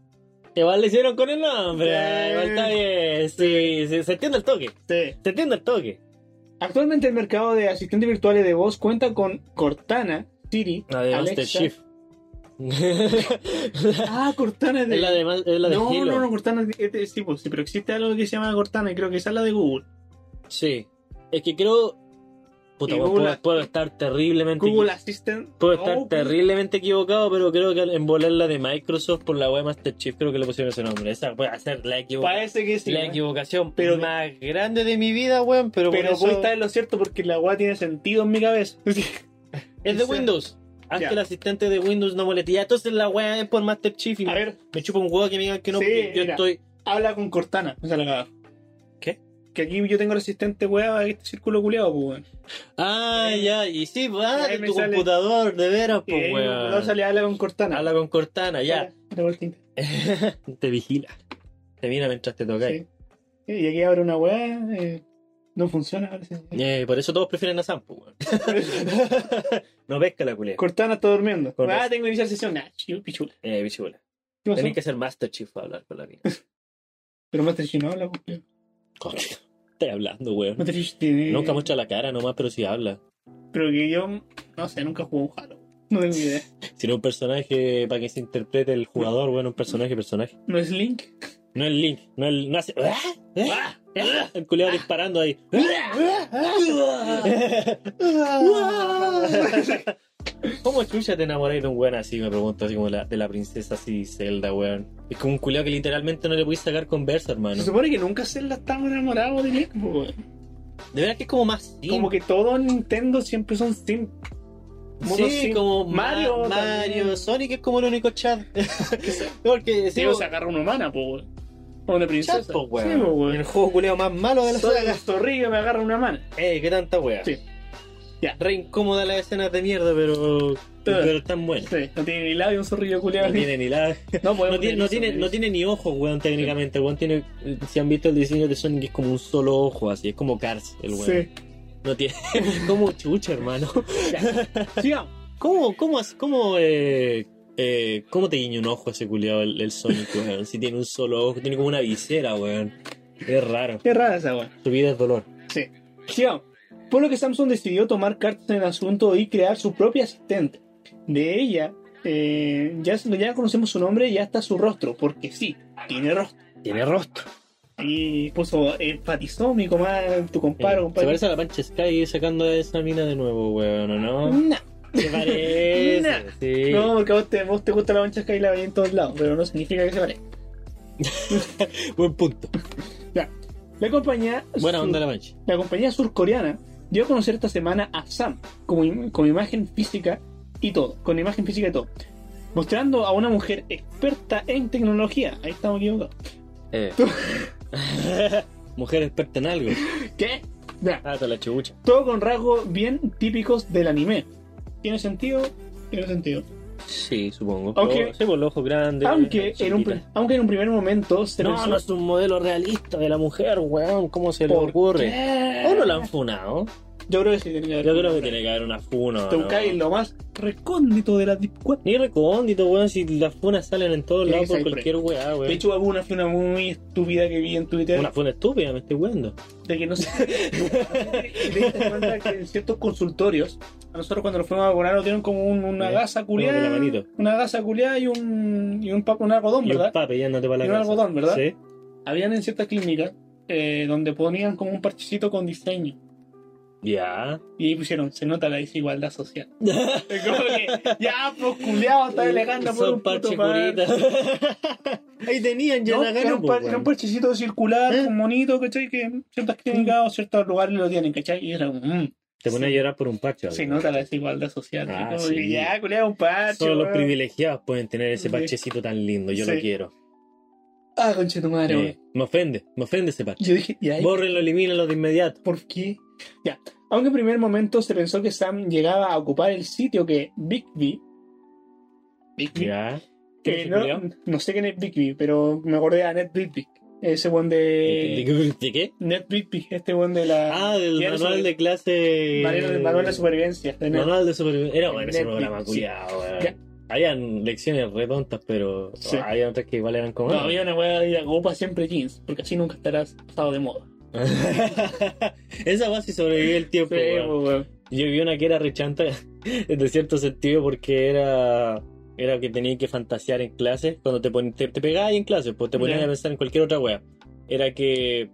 Igual le hicieron con el nombre. Sí. igual está bien. Sí, sí, se entiende el toque. Sí. Se entiende el toque. Actualmente el mercado de asistentes virtuales de voz cuenta con Cortana, Siri, Además de Alexa. Shift. es Ah, Cortana es de... la de, más- es la de no, Halo. no, no, Cortana es de este tipo. Sí, pero existe algo que se llama Cortana y creo que esa es la de Google. Sí. Es que creo. Puta, Y weón, Google- puedo, puedo estar terriblemente. Google Assistant. Puedo estar No, pues, terriblemente equivocado, pero creo que en volar la de Microsoft por la web Master Chief creo que le pusieron ese nombre. Esa puede ser la, equivo- Parece que sí. la ¿eh? equivocación Pero- más grande de mi vida, weón, pero, por Pero eso- puede estar en lo cierto porque la weá tiene sentido en mi cabeza. es de o sea, Windows. Haz ya. que el asistente de Windows no moleste. Ya, entonces la web es por Master Chief y A ver, me chupa un huevo que me digan que no, Sí, porque yo mira. estoy... habla con Cortana. Esa es la cagada. ¿Qué? Que aquí yo tengo el asistente weá, este círculo culeado, pues weón. Ah, Eh, ya, y sí, pues, ah, ahí de me tu sale- computador, de veras, Y ahí pues, no weón. sale habla con Cortana. Habla con Cortana, ya. De vuelta. te vigila. Te mira mientras te toca. Sí. Y aquí abre una weá, eh, no funciona. parece. Eh, por eso todos prefieren a Sam, pues, weón. no pesca la culea. Cortana está durmiendo. Correcto. Ah, tengo que iniciar sesión. Ah, chiu, pichula. Eh, bichula. ¿Qué pasó? Tenés que ser Master Chief para hablar con la mina. Pero Master Chief no habla, pues, weón. Coño, Estoy hablando, weón. Master Chief tiene. Nunca muestra la cara nomás, pero sí habla. Pero que yo, no sé, nunca jugué un Halo. No tengo idea. Si no un personaje para que se interprete el jugador, bueno, un personaje, personaje. ¿No es Link? No el Link, no el. No hace. ¡Ah! ¡Ah! ¡Ah! El culeado disparando ahí. ¿Cómo escucha te enamoráis de un weón así? Me pregunto, así como la, de la princesa así, Zelda, weón. Es como un culeado que literalmente no le podéis sacar conversa, hermano. Se supone que nunca Zelda estaba enamorado de Link, po, weón. De verdad que es como más simp. Como que todo Nintendo siempre son sim. modo sí, simp. como Mario Mario, Mario, también. Sonic es como el único chat. Porque sí, Digo, po, se agarra una humana, po, weón. O una chat, princesa. po, weón. Sí, po, weón. El juego culeo más malo de la Soy saga. zorrillo me agarra una mano. Eh, qué tanta wea. Sí. Ya. Ah. Re incómoda las escenas de mierda, pero. Pero están buenas. Sí, no tiene ni labio un zorrillo culiado. No tiene ni la. No tiene, no, tiene, no tiene ni ojos, weón, técnicamente. El weón tiene. Si han visto el diseño de Sonic, es como un solo ojo, así. Es como Cars, el weón. Sí. No tiene. como chucha, hermano. Sigamos. ¿Cómo, cómo, as- cómo, eh, eh, cómo te guiña un ojo ese culiado el, el Sonic, weón? Si tiene un solo ojo, tiene como una visera, weón. Es raro. Qué rara esa weón. Su vida es dolor. Sigamos. Por lo que Samsung decidió tomar cartas en el asunto y crear su propia asistente. De ella, eh, ya, ya conocemos su nombre y hasta su rostro, porque sí, tiene rostro. Tiene rostro. Y puso, enfatizó mi comadre, tu compadre, Eh, se compadre. parece a la Pancha Sky sacando a esa mina de nuevo, weón, ¿o no? Nah. Se parece. Nah. sí. No, porque a vos te, vos te gusta la mancha que hay la veis en todos lados, pero no significa que se parezca. Buen punto. La compañía. Buena su- onda la Pancha. La compañía surcoreana dio a conocer esta semana a Sam como im- con imagen física y todo, con imagen física y todo, mostrando a una mujer experta en tecnología. Ahí estamos equivocados. Eh. Mujer experta en algo. ¿Qué? Ya. Ah, te la chubucha. Todo con rasgos bien típicos del anime. ¿Tiene sentido? Tiene sentido. Sí, supongo. Aunque- Lo- sí, con los ojos grandes. Oh, Aunque en, un, chiquita. pri- aunque en un primer momento se No, pensó- no es un modelo realista de la mujer, weón. ¿Cómo se le ¿Por ocurre? qué? ¿O no la han funado? Yo creo que sí tiene que haber. Yo creo que tiene que haber una funa. ¿o Te no? buscáis en lo más recóndito de la Deep Web. Ni recóndito, weón. Si las funas salen en todos Tiene lados que por salir cualquier weá, De weón. hecho, hubo una funa muy estúpida que vi en Twitter. Una funa estúpida, me estoy weando. de que no sé. te diste cuenta que en ciertos consultorios, a nosotros cuando nos fuimos a vacunar nos dieron como un- una Eh, gasa de la culiada. manito. Una gasa culiada y un, y un, pa- un algodón, Y un ¿verdad? pape yéndote para la Y un casa. algodón, ¿verdad? Sí. Habían en ciertas clínicas eh, donde ponían como un parchecito con diseño. Ya. Y ahí pusieron, se nota la desigualdad social. Es como que, ya, pues culiado, está elegante por Son un parche puto par. curita. pues, Ahí tenían ya No, la era, pues, gana, un po, par- weón. era un parchecito circular, ¿Eh? con monito, ¿cachai? Que ciertas clínicas o ciertos lugares lo tienen, ¿cachai? Y era como, mm, Te pones Sí. a llorar por un parche. Se ¿verdad? nota la desigualdad social. Ah, tipo, sí. Ya, culiado, un parche. Solo los weón. privilegiados pueden tener ese Sí. parchecito tan lindo. Yo Sí. lo quiero. Ah, conche tu madre, Eh, weón. me ofende, me ofende ese parche. Yo dije, ya, Bórrenlo, elimínalo de inmediato. ¿por qué? Ya. Aunque en primer momento se pensó que Sam llegaba a ocupar el sitio que Bigby. Bigby. Ya. que ¿Quién es ese no, culiao? no sé quién es Bigby, pero me acordé a Ned Bigby. Ese buen Este, ¿De, de. qué- de qué? Ned Bigby, este buen de la. Ah, eh, del que era manual sobre- de clase. Manual de, manual de supervivencia. de Ned. Manual de supervivencia. Era bueno ese Netflix, programa, sí. culiado, Ya. Habían lecciones redondas, pero Sí. había otras que igual eran como. No, había una weá de ocupa siempre jeans, porque así nunca estarás pasado de moda. Esa va si sobrevivió el tiempo. weón. Yo vi una que era rechanta de cierto sentido porque era era que tenías que fantasear en clases cuando te pon- te, te pegabas en clases, pues te ponías Ya. a pensar en cualquier otra wea. Era que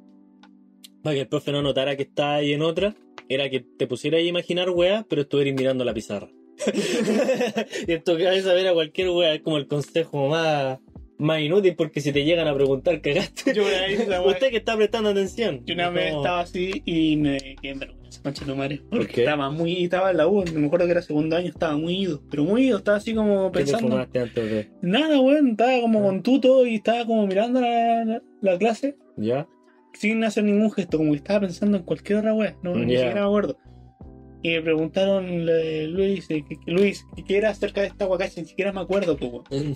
para que el profe no notara que estaba ahí en otra, era que te pusieras a imaginar weas, pero estuvieras mirando la pizarra. y en tu cabeza ver a cualquier wea es como el consejo más, más inútil porque si te llegan a preguntar, cagaste. Yo una vez, esa weá- Usted que está prestando atención. yo una vez Como- estaba así y me quedé en vergüenza, concha tu madre. Porque ¿Por qué? estaba muy. Estaba en la U, me acuerdo que era segundo año, estaba muy ido, pero muy ido, estaba así como ¿Qué te pensando. fumaste antes de- Nada, weón, estaba Ah. como con tuto y estaba como mirando la, la- la clase ¿Ya? sin hacer ningún gesto, como que estaba pensando en cualquier otra wea, no, ni Ya. siquiera me acuerdo. Y me preguntaron, le- Luis, eh, que- que- Luis, ¿qué era acerca de esta guacacha? Ni siquiera me acuerdo, pues, weón.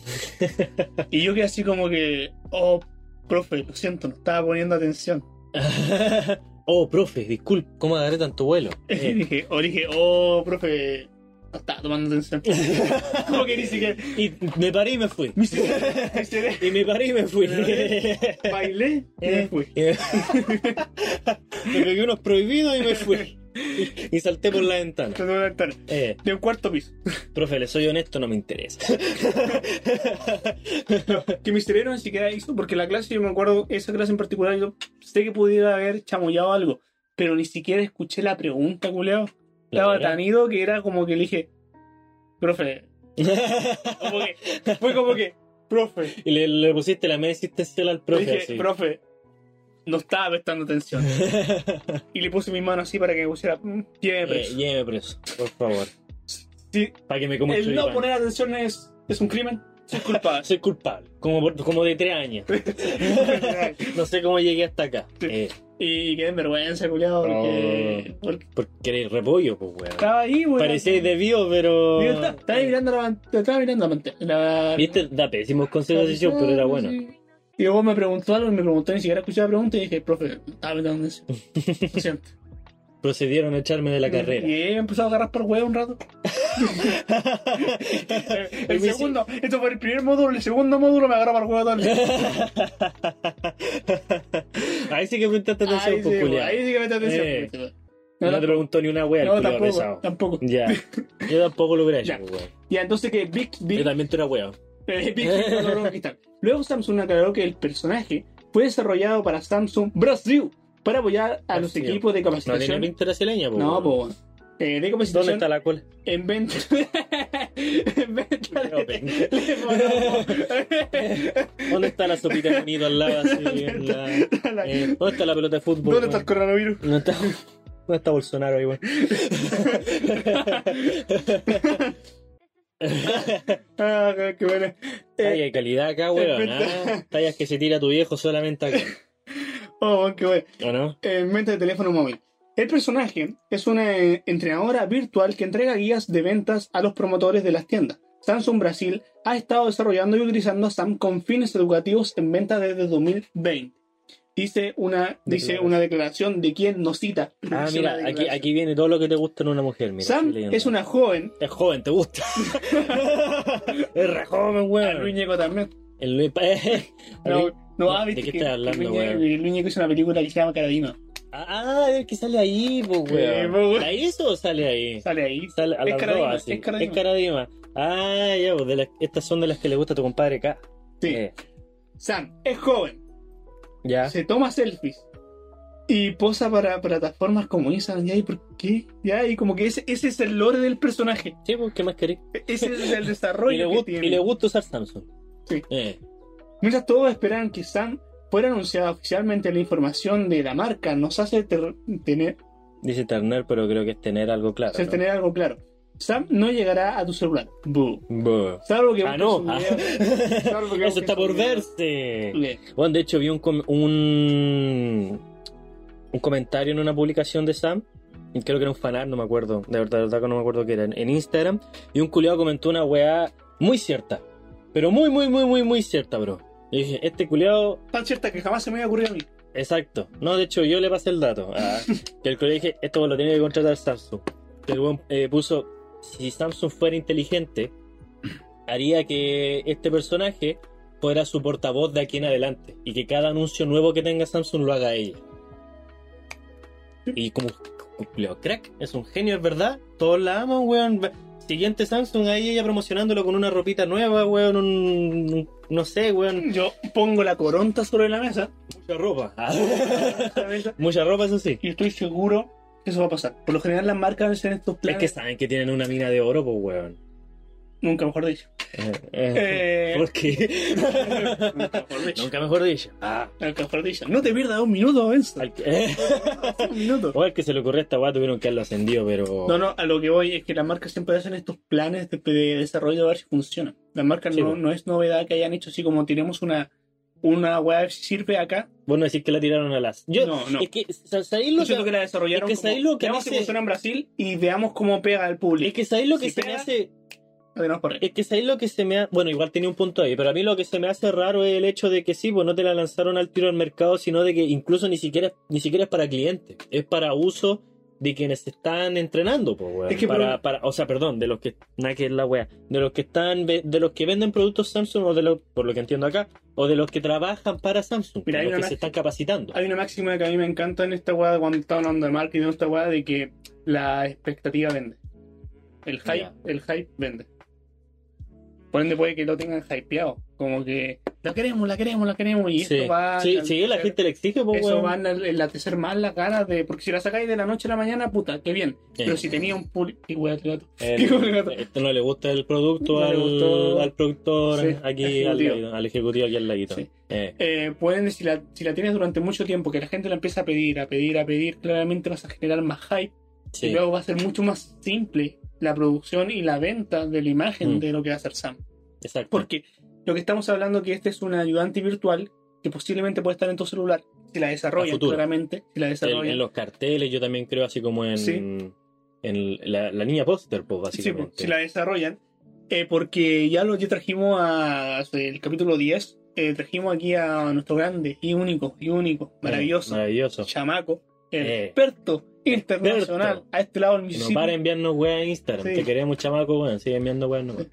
Y yo quedé así como que, oh, profe, lo siento, no estaba poniendo atención. oh, profe, disculpe, ¿cómo agarré tanto vuelo? Eh, Y dije, o dije, oh, profe, no estaba tomando atención. como que ni siquiera. y me paré y me fui. Mi cere- mi cere- Y me paré y me fui. Me bailé y me fui. Y me me pegué unos prohibidos y me fui. Y salté por la ventana. Trató de actuar. Eh, De un cuarto piso. profe, le soy honesto, no me interesa. que mi cerebro ni siquiera hizo, porque la clase, yo me acuerdo, esa clase en particular, yo sé que pudiera haber chamoyado algo, pero ni siquiera escuché la pregunta, culeado. Estaba tan ido que era como que le dije, profe, como que- fue como que, profe, y le, le pusiste la media existencial al le profe. dije, así. profe, no estaba prestando atención. Y le puse mi mano así para que me pusiera, "Mm, lléveme Eh, preso". lléveme preso, por favor. Sí, Para que me coma el no choripán. poner atención es, es un crimen, soy culpable. Soy culpable, como, por- como de tres años. No sé cómo llegué hasta acá. Sí. Eh, y qué vergüenza, culeado, porque, Oh. porque porque eres repollo, pues, weón. estaba ahí, weón. Parecéis de bio, pero. Eh, Yo estaba, estaba mirando la pantalla, estaba mirando la pantalla. La, Viste, este da pésimos consejos de la- sesión, pero era bueno. sí. Y luego me preguntó algo y me preguntó, ni siquiera escuché la pregunta y dije, profe, estaba mirando atención. Lo siento. Procedieron a echarme de la carrera. Y he empezado a agarrar por huevo un rato. El El mismo- segundo, esto fue el primer módulo, el segundo módulo me agarró por huevo todo el día. Ahí sí que prestaste atención, Ahí sí, pues, güey, culiao. ahí sí que mete atención. Eh. güey. No, No, te preguntó ni una wea, el no, culiao tampoco, pesado. tampoco. Ya. Yo tampoco lo hubiera hecho, Ya. pues, weón. Ya, entonces que Big Yo Big también tú eras wea. Eh, Big Hit no logró conquistar. Luego Samsung aclaró que el personaje fue desarrollado para Samsung Brasil para apoyar a los Brasil. equipos de No tiene capacitación. pinta brasileña, pues. No, weón. po. weón. Eh, de ¿Dónde capacitación está la cola? en venta. en venta. Leo de- Pink. de monólogo. ¿Dónde está la sopita de monito al lado? así, en la- eh, ¿Dónde está la pelota de fútbol? ¿Dónde está weón? el coronavirus? No está, no está Bolsonaro ahí, weón. Ah, qué bueno. Talla Eh, de calidad acá, weón. ¿ah? Tallas que se tira tu viejo solamente acá. oh, qué bueno. ¿O no? en venta de teléfono móvil. El personaje es una eh, entrenadora virtual que entrega guías de ventas a los promotores de las tiendas. Samsung Brasil ha estado desarrollando y utilizando a Sam con fines educativos en venta desde 2020. Dice una, dice Declaración. una declaración de quien nos cita. Ah, Dice mira, una aquí, declaración. aquí viene todo lo que te gusta en una mujer, mira. Sam estoy leyendo. es una joven. Es joven, te gusta. es re joven, Ah, Luis weón. Ñeco también. El Luis... No, no, ah, ¿De viste qué que- estás que hablando, Luis Ñeco- weón? Luis Ñeco hizo una película que se llama Caradima. Ah, el que sale ahí, pues, Eh, po, weón. weón. ¿La hizo o sale ahí? Sale ahí. Sale a Es las dos, Caradima, así. es Caradima. Caradima. Ah, ya, pues, de las- estas son de las que le gusta a tu compadre acá. Sí. Eh, Sam es joven. ya. se toma selfies y posa para plataformas como Instagram. ¿Ya? ¿Y por qué? ¿Ya? Y como que ese, ese es el lore del personaje. Sí, pues, ¿qué más querés? E- Ese es Y el le, desarrollo que gust- tiene. y le gusta usar Samsung. Sí. Eh. Mientras todos esperan que Sam fuera anunciada oficialmente la información de la marca, nos hace ter- tener Dice tener, pero creo que es tener algo claro. O sea, ¿no? tener algo claro. Sam no llegará a tu celular. Boo. Buh. Salvo que Ah, busques no. un Ah. video- salvo que busques Eso está un por video. verse. Bien. Bueno, de hecho vi un, com- un, un comentario en una publicación de Sam. y Creo que era un fanart, no me acuerdo. De verdad, de verdad que no me acuerdo qué era. En Instagram. Y un culiado comentó una weá muy cierta. Pero muy, muy, muy, muy, muy cierta, bro. Y dije, este culiado Tan cierta que jamás se me había ocurrido a mí. Exacto. No, de hecho, yo le pasé el dato. ah, que el colegio dije, esto lo tiene que contratar Samsung. El weón, eh, puso, si Samsung fuera inteligente, haría que este personaje fuera su portavoz de aquí en adelante. Y que cada anuncio nuevo que tenga Samsung lo haga ella. Y como cumplió crack, es un genio, es verdad. Todos la aman, weón. Siguiente Samsung, ahí ella promocionándolo con una ropita nueva, weón. un- un- no sé, weón. Yo pongo la coronta sobre la mesa, Mucha ropa. la mesa, Mucha ropa, eso sí. y estoy seguro que eso va a pasar. Por lo general las marcas hacen estos Es planes. que saben que tienen una mina de oro, pues, weón. Nunca mejor dicho. Eh, eh, Eh, ¿Por qué? nunca mejor dicho. Nunca mejor dicho. Nunca mejor dicho. No te pierdas un minuto, Benson. Al que, eh, Un minuto. o al que se le ocurrió a esta weá tuvieron que haberlo ascendido, pero. No, no, a lo que voy es que las marcas siempre hacen estos planes de, de desarrollo a ver si funcionan. Las marcas Sí, no, bueno. no es novedad que hayan hecho así como tenemos una, una web si sirve acá. Vos no decís que la tiraron a las. Yo, No, no. Es que, sa- ¿sabéis lo Yo siento que.? que la desarrollaron es que como, sabéis lo que veamos si dice- funciona en Brasil y veamos cómo pega al público. Es que sabéis lo que Si se me pega- hace. No tenemos por ahí. Es que sabéis lo que se me ha. Bueno, igual tenía un punto ahí, pero a mí lo que se me hace raro es el hecho de que sí, pues no te la lanzaron al tiro al mercado, sino de que incluso ni siquiera, ni siquiera es para clientes. Es para uso de quienes se están entrenando, pues, weón. Es que para, por- para, o sea, perdón, de los que. Nada que es la wea. De los que están. ve- De los que venden productos Samsung, o de los. Por lo que entiendo acá, o de los que trabajan para Samsung. Mira, de hay los una que se máxima- están capacitando. Hay una máxima que a mí me encanta en esta weá cuando está hablando de marketing, en esta weá de que la expectativa vende. El hype, Ya. el hype vende. Por ende puede que lo tengan hypeado. Como que la queremos, la queremos, la queremos. Y Sí, esto va. sí, al- sí, la gente le exige, pues, Eso weón. va a enlatecer más las ganas de. Porque si la sacáis de la noche a la mañana, puta, qué bien. Sí. Pero si tenía un público. Qué weá, qué gato. El- Qué weá, gato. Este no le gusta el producto No le al, gustó. al productor, Sí, aquí al, ejecutivo. lado, al ejecutivo, aquí al ladito. Sí. Eh, Eh, pueden, si la, si la tienes durante mucho tiempo, que la gente la empieza a pedir, a pedir, a pedir, claramente vas a generar más hype. sí. Y luego va a ser mucho más simple la producción y la venta de la imagen Mm. de lo que va a hacer Sam. exacto. Porque lo que estamos hablando que este es un ayudante virtual que posiblemente puede estar en tu celular si la A desarrollan futuro. claramente, si la El- desarrollan. en los carteles, yo también creo así como en, Sí. en la, la niña póster, pues Sí, pues, básicamente. si la desarrollan. Eh, porque ya lo ya trajimos a el capítulo 10, eh, trajimos aquí a nuestro grande y único, y único, Eh, maravilloso, maravilloso. chamaco, el Eh. experto internacional, Experto. a este lado del Que No Mississippi. para de enviarnos weas a Instagram. Sí. Te queremos, chamaco, weón. Sigue enviando weas nomás.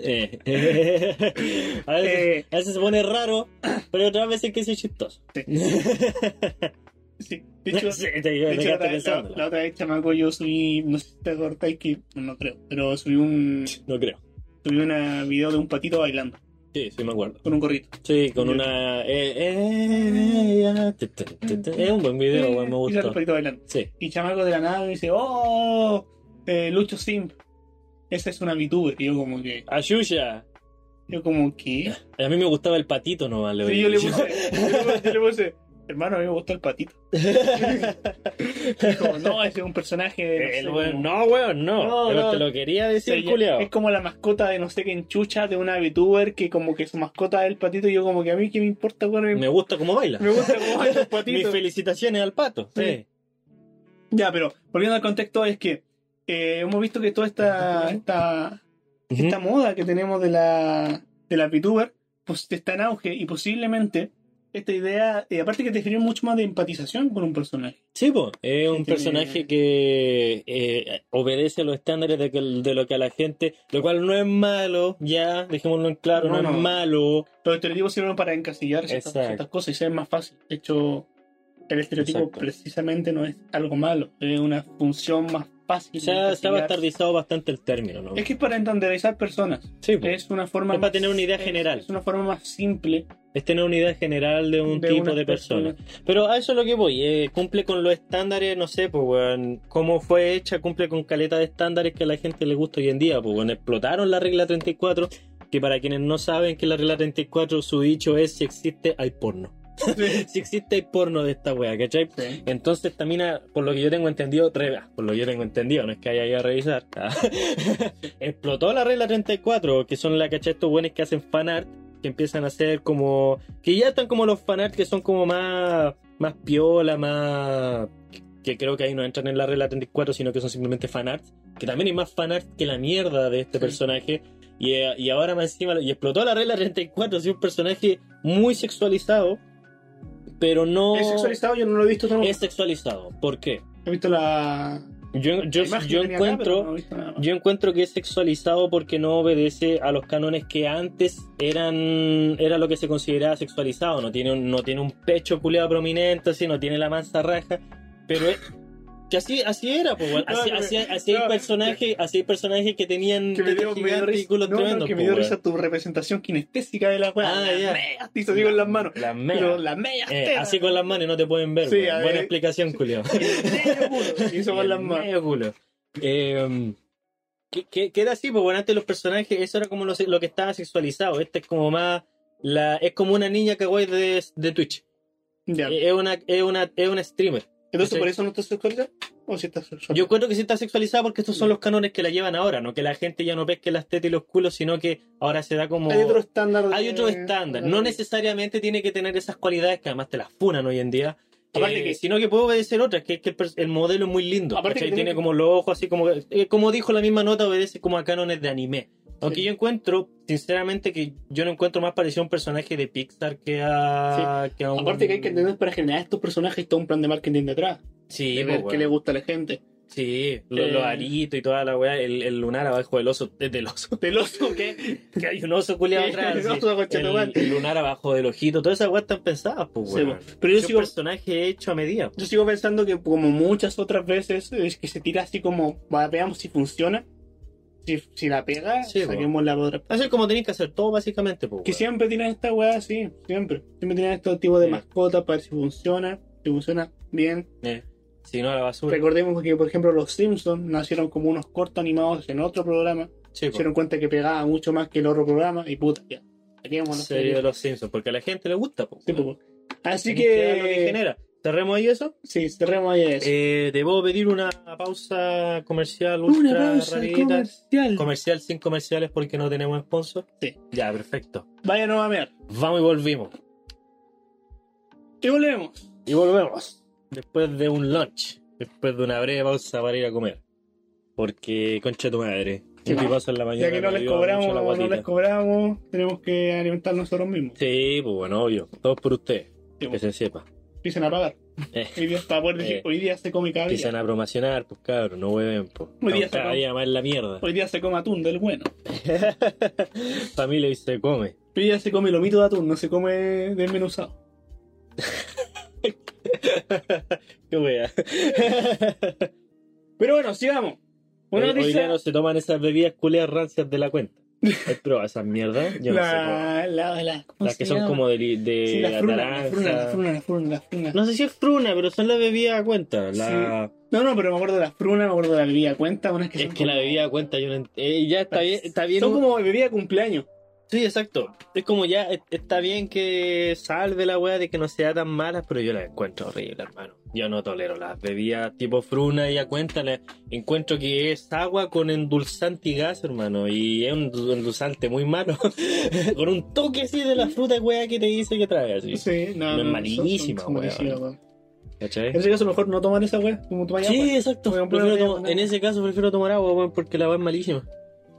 Eh. a, veces, Eh, a veces se pone raro, pero otras veces que sí es chistoso. Sí. sí, de hecho, Sí, te- te De hecho, quedaste la, otra vez- la- pensándola. la otra vez, chamaco, yo subí, no sé si te acordáis que, no creo, pero subí un No creo. subí una video de un patito bailando Sí, sí me acuerdo. con un gorrito. Sí, con Yo- una. eh, eh, ella, te, te, te, te. es un buen video, weón, me Y sale gustó. el patito bailando. Sí, Y chamaco de la nada me dice, oh, eh, Lucho Simp, esa es una VTuber. Y yo como que, Ayusha. yo como que... A mí me gustaba el patito nomás, le Sí, yo le puse, yo le puse, yo le puse, hermano, a mí me gustó el patito. Y como, no, ese es un personaje de... no sé, El weón, como- no, weón, no. No, Pero no. te lo quería decir, Sí, culiao. es como la mascota de no sé qué enchucha de una VTuber que como que su mascota es el patito y yo como que a mí qué me importa, weón, me, Me gusta cómo baila. me gusta como el Mis patito. felicitaciones al pato. Sí. Ya, pero volviendo al contexto es que eh, hemos visto que toda esta, esta, esta Ujú. moda que tenemos de la, de la VTuber pues está en auge y posiblemente esta idea, eh, aparte que te genera mucho más de empatización con un personaje. Sí, po, es un tiene- personaje que eh, obedece a los estándares de, que- de lo que a la gente, lo cual no es malo, ya, dejémoslo en claro, no, No, es no. malo. Los estereotipos sirven para encasillar ciertas, Exacto. ciertas cosas y ser más fácil. De hecho, el estereotipo Exacto. precisamente no es algo malo, es una función más fácil. Se ha, se ha de encasillar. bastardizado bastante el término, ¿no? Es que es para estandarizar personas. Sí, po. Es una forma. Es para tener una idea es- general. Es una forma más simple es tener una idea general de un tipo una de persona. Pero a eso es lo que voy, eh, cumple con los estándares, no sé, pues, weón, cómo fue hecha, cumple con caleta de estándares que a la gente le gusta hoy en día, pues, weón, explotaron la regla 34, que para quienes no saben que la regla 34, su dicho es, si existe, hay porno. Sí. si existe hay porno de esta wea, ¿cachai? Sí. Entonces esta mina, por lo que yo tengo entendido, re- ah, por lo que yo tengo entendido, no es que haya ido a revisar, ah, explotó la regla 34, que son la cachai estos buenos que hacen fanart, que empiezan a hacer como, que ya están como los fanart que son como más, más piola, más, que creo que ahí no entran en la regla 34, sino que son simplemente fanart, que también hay más fanart que la mierda de este Sí. personaje. Y, eh, y ahora más encima, y explotó la regla 34, así un personaje muy sexualizado, pero no ¿Es sexualizado? Yo no lo he visto tampoco. es sexualizado. ¿Por qué? He visto la. Yo, yo, la imagen yo que tenía acá, pero no encuentro, he visto nada más. yo encuentro que es sexualizado porque no obedece a los cánones que antes eran era lo que se consideraba sexualizado. No tiene un, no tiene un pecho culeado prominente, así, no tiene la mansa raja, pero es- que así, así era, pues, weón. No, así, que me- así, así no, hay personajes, así hay personajes que tenían Que me tetas dio, me dio gigantes y risa, culos no, no, tremendos, que me pues, dio weón. risa tu representación kinestésica de la weá. Ah, las ya. meas, te hizo digo en las manos. Las meas. Pero las medias. Eh, tetas. así con las manos no te pueden ver. Sí, weón. a Buena ver. explicación, culiao. Y el medio culo, hizo con Y las el manos. medio culo. Eh, que, que- que era así, pues bueno, antes los personajes, eso era como lo, lo que estaba sexualizado. Este es como más. La, es como una niña kawaii de, de Twitch. Eh, Ya. Es una, es, una, es una streamer. Entonces, sí. ¿por eso no está sexualizado? ¿O si está sexualizado? Yo encuentro que sí está sexualizada porque estos son los cánones que la llevan ahora, no que la gente ya no pesque las tetas y los culos, sino que ahora se da como. Hay otro estándar. de- Hay otro estándar. No necesariamente tiene que tener esas cualidades que además te las funan hoy en día. Aparte eh, que- sino que puede obedecer otras, que es que el, pers- el modelo es muy lindo. Aparte que ¿cachai? tiene tiene que- como los ojos así como. eh, como dijo la misma nota, obedece como a cánones de anime. Aunque Sí. yo encuentro, sinceramente, que yo no encuentro más parecido a un personaje de Pixar que a. que a un- Aparte que hay que entender para generar estos personajes todo un plan de marketing detrás. Sí, de pues, ver weón. qué le gusta a la gente. Sí, lo- Eh. los aritos y toda la weá, el, el lunar abajo del oso, eh, del oso, Del oso que... que hay un oso culiado atrás. El sí. oso, conchetumare. el, el lunar abajo del ojito, todas esas weas están pensadas, pues, Sí, weón. bueno. Pero yo Es un sigo, personaje hecho a medida. yo sigo pensando que como muchas otras veces es que se tira así como, va, veamos si funciona. Si, si la pega, Sí, pues. bueno. saquemos la otra. Hacer como tenéis que hacer todo, básicamente. pues, po, Que weón. siempre tienes esta weá así, siempre. Siempre tienes estos tipos de Sí. mascotas para ver si funciona. Si funciona bien, Eh, si no, a la basura. Recordemos que, por ejemplo, los Simpsons nacieron como unos cortos animados en otro programa. Sí, pues. Se po. dieron cuenta que pegaba mucho más que el otro programa y puta, ya. Saquemos la Serie serie. de los Simpsons, porque a la gente le gusta. po, Sí, weón. po. Así Tenés dar lo que que. genera. ¿Cerremos ahí eso? Sí, cerremos ahí eso. Eh, debo pedir una pausa comercial Una ultra pausa rarita. comercial. Comercial sin comerciales porque no tenemos sponsor. Sí. Ya, perfecto. Vaya, no va a ver. Vamos y volvimos. Y volvemos. Y volvemos. Después de un lunch. Después de una breve pausa para ir a comer. Porque, concha tu madre. Sí. pues. Un pipazo en la mañana. Ya que no me les ayuda mucho la cobramos, no guatita. les cobramos, tenemos que alimentar nosotros mismos. Sí, pues bueno, obvio. Todos por usted. Sí, Que pues. se sepa. Empiecen a pagar. Eh. Hoy día, para poder decir, Eh. hoy día se come cada Empiezan día. a promocionar, pues cabros, no hueven, pues. Hoy día cada sacamos- día más en la mierda. Hoy día se come atún del bueno. Familia y se come. Hoy día se come lomito de atún, no se come desmenuzado. Qué wea. Pero bueno, sigamos. Una hoy, hoy noticia- día no se toman esas bebidas culeas rancias de la cuenta. Hay prueba esas mierdas. Yo no sé. cómo. la, la, la- ¿cómo Las que se son llama? como de, li- de Sí, la fruna, la naranja. fruna, la fruna, la fruna, la fruna. No sé si es fruna, pero son las bebidas a cuenta. La... No, no, pero me acuerdo de la fruna, me acuerdo de la bebida cuenta, unas que Es son que la como- bebida a cuenta yo no ent- eh, Ya está bien. Está bien Son un- como bebida de cumpleaños. Sí, exacto. Es como ya, es- está bien que salve la weá de que no sea tan mala, pero yo la encuentro horrible, hermano. Yo no tolero las bebidas tipo fruna y a cuenta. la- encuentro que es agua con endulzante y gas, hermano. Y es un du- endulzante muy malo. con un toque así de la fruta weá que te dice que trae así. Sí, no, Es no, son- malísima, son weón. malísimas, weón. ¿Cachai? En ese caso, mejor no tomar esa weá, como tomar Sí, agua. exacto. pues, Por ejemplo, Prefiero no te tomar- llaman en nada. ese caso prefiero tomar agua, weón, porque la agua es malísima.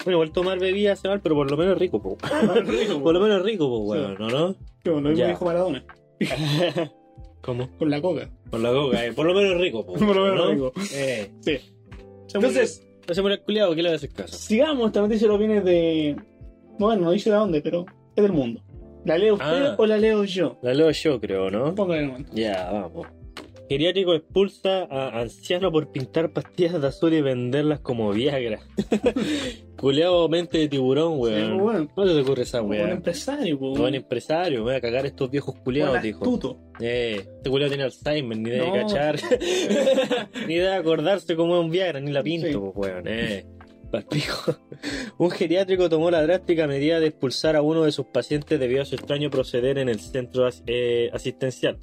Bueno, igual tomar bebida se mal, pero por lo menos es rico, po. Por lo menos es rico, po, Sí. weón, ¿no, ¿no? Como lo mismo Ya. dijo Maradona, ¿Cómo? con la coca. Por la coca, eh. por lo menos es rico, po, Por lo weón, menos ¿no? rico. Eh. Sí. Se muere- Entonces, se muere el culiado, ¿qué le haces caso? sigamos, esta noticia lo viene de... Bueno, no dice de dónde, pero es del mundo. ¿La leo usted Ah. o la leo yo? La leo yo, creo, ¿no? Póngale el mando. Ya, vamos. Geriátrico expulsa a anciano por pintar pastillas de azul y venderlas como Viagra. Culeado mente de tiburón, Sí, pues, weón. weón. ¿Cómo se te ocurre esa Un weón? buen empresario, po. Buen empresario, me voy a cagar a estos viejos Buen culiados, dijo. astuto. Eh, este culiado tiene Alzheimer, ni de No. cachar, ni de acordarse cómo es un Viagra, ni la pinto, Sí. pues, weón. Eh. Palpico. Un geriátrico tomó la drástica medida de expulsar a uno de sus pacientes debido a su extraño proceder en el centro as- eh, asistencial,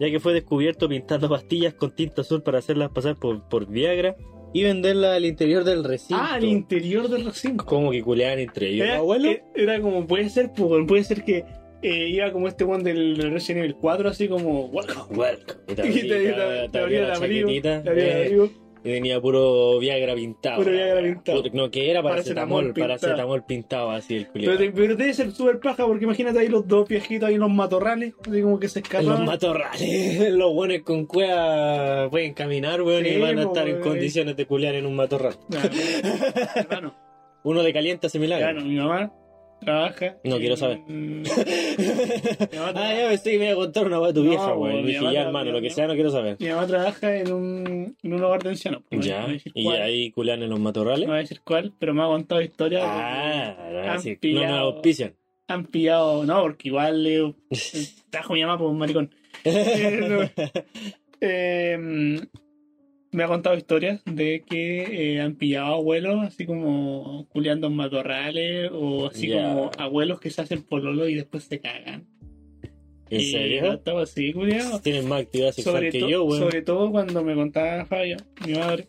ya que fue descubierto pintando pastillas con tinta azul para hacerlas pasar por, por Viagra y venderlas al interior del recinto. Ah, al interior del recinto. Como que culeaban entre ellos, Era, ¿no, abuelo? e- era como, puede ser, pues, weón, puede ser que eh, iba como este one del Resident Evil 4, así como, welcome. Welcome. Y te Y te- abría, te- te te abría abría el la abrigo, chaquetita, te abría el eh, abrigo. y tenía puro Viagra pintado. Puro Viagra pintado. No, que era paracetamol, Paracetamol pintado. paracetamol pintado así el culiao. Pero, te- pero debe ser súper paja, porque imagínate ahí los dos viejitos, ahí en los matorrales, así como que se En los escapaban. matorrales, los buenos con cueva pueden caminar, weón, y Sí, van a po, estar en weón. condiciones de culear en un matorral. Nah, mi hermano, Uno de calienta se milagro. claro, mi mamá trabaja. No quiero saber. en- Mi mamá ah, trabaja- ya pensé que me iba a contar una de tu No, vieja, weón, weón. mi Dije, mamá ya, la- hermano, mi lo que mamá- sea, no quiero saber. mi mamá trabaja en un, en un hogar de ancianos. pues, no Ya, voy a decir y cuál, ahí culean en los No matorrales. voy a decir cuál, pero me ha contado historias. de- Ah, ahora han sí, no me pillado. auspician. han pillado, no, porque igual le trajo mi mamá por un maricón. Eh, no. Eh, me ha contado historias de que eh, han pillado abuelos así como culeando en matorrales o así Ya. como abuelos que se hacen pololo y después se cagan. ¿En Y serio? estaba así, culiao. Tienen más actividad sexual Sobre, que to- yo, weón. sobre todo cuando me contaba Fabio, mi madre,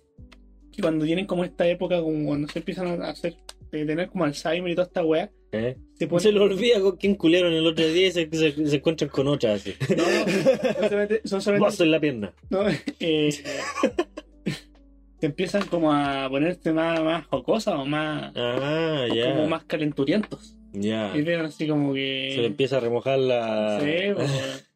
que cuando tienen como esta época, como cuando se empiezan a hacer, de tener como Alzheimer y toda esta weá, ¿Eh? se ponen Se lo olvida con quién culearon el otro día y se, se- se encuentran con otra así. No, no, no solamente- son solamente. Vaso en la pierna. no, eh, te empiezan como a ponerte más, más jocosa o más. Ah, ya. como más calenturientos. Ya. Y vean así como Se le que. empieza a remojar la. sí, o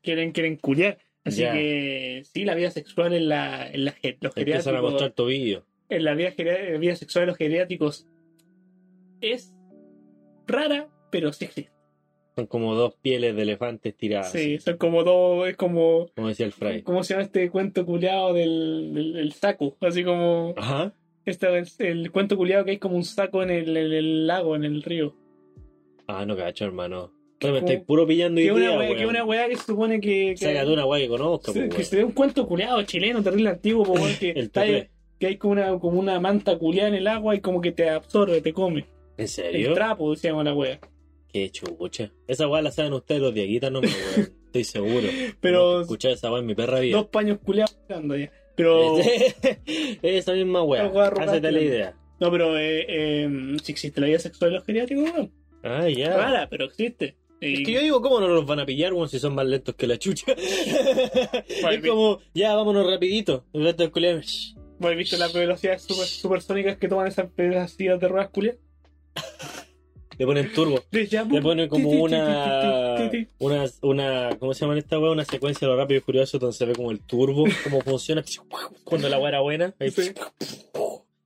quieren, quieren culiar. Así Ya. que sí, la vida sexual en la, en la ge- los Te empiezan a geriátricos. mostrar tobillo. En la vida, geria- eh, vida sexual de los geriátricos es rara, pero sí existe. Son como dos pieles de elefante tiradas. Sí, son como dos, es como. Como decía el Fray. ¿Cómo se llama este cuento culiado del, del, del saco? Así como. Ajá. Este es el cuento culiado que hay como un saco en el, el- el lago, en el río. Ah, no cacho, hermano. Oye, me como- estáis puro pillando Que idea, una weá, weón. que una weá que se supone que. que Sácate una weá que conozca, se- po, que weón. se ve un cuento culiado chileno, terrible antiguo, po, weón, que, El está ahí- tupe. que hay como una, como una manta culiada en el agua y como que te absorbe, te come. ¿En El serio? trapo, decíamos la wea. Qué chucha. Esa weá la saben ustedes los diaguitas, no me weón. Estoy seguro. Pero Escuchar esa weá en mi perra vida. dos paños culiados tirando ya. Pero. Esa misma weá. Dos weas rojas Hácete la tirando. idea. no, pero eh, eh, si existe la vida sexual de los geriátricos, weón. Ah, ya. Rara, pero existe. Y- Es que yo digo, ¿cómo no nos van a pillar, weón, si son más lentos que la chucha? es Papi. como, ya, vámonos rapidito. El resto de culiao, shh. ¿Vos has visto las velocidades super, supersónicas que toman esas esas sillas de ruedas culiadas? Le ponen turbo. Le ponen como una, una, una, ¿cómo se llama esta weá? Una secuencia de lo rápido y furioso donde se ve como el turbo, cómo funciona cuando la weá era buena. Ahí, Sí.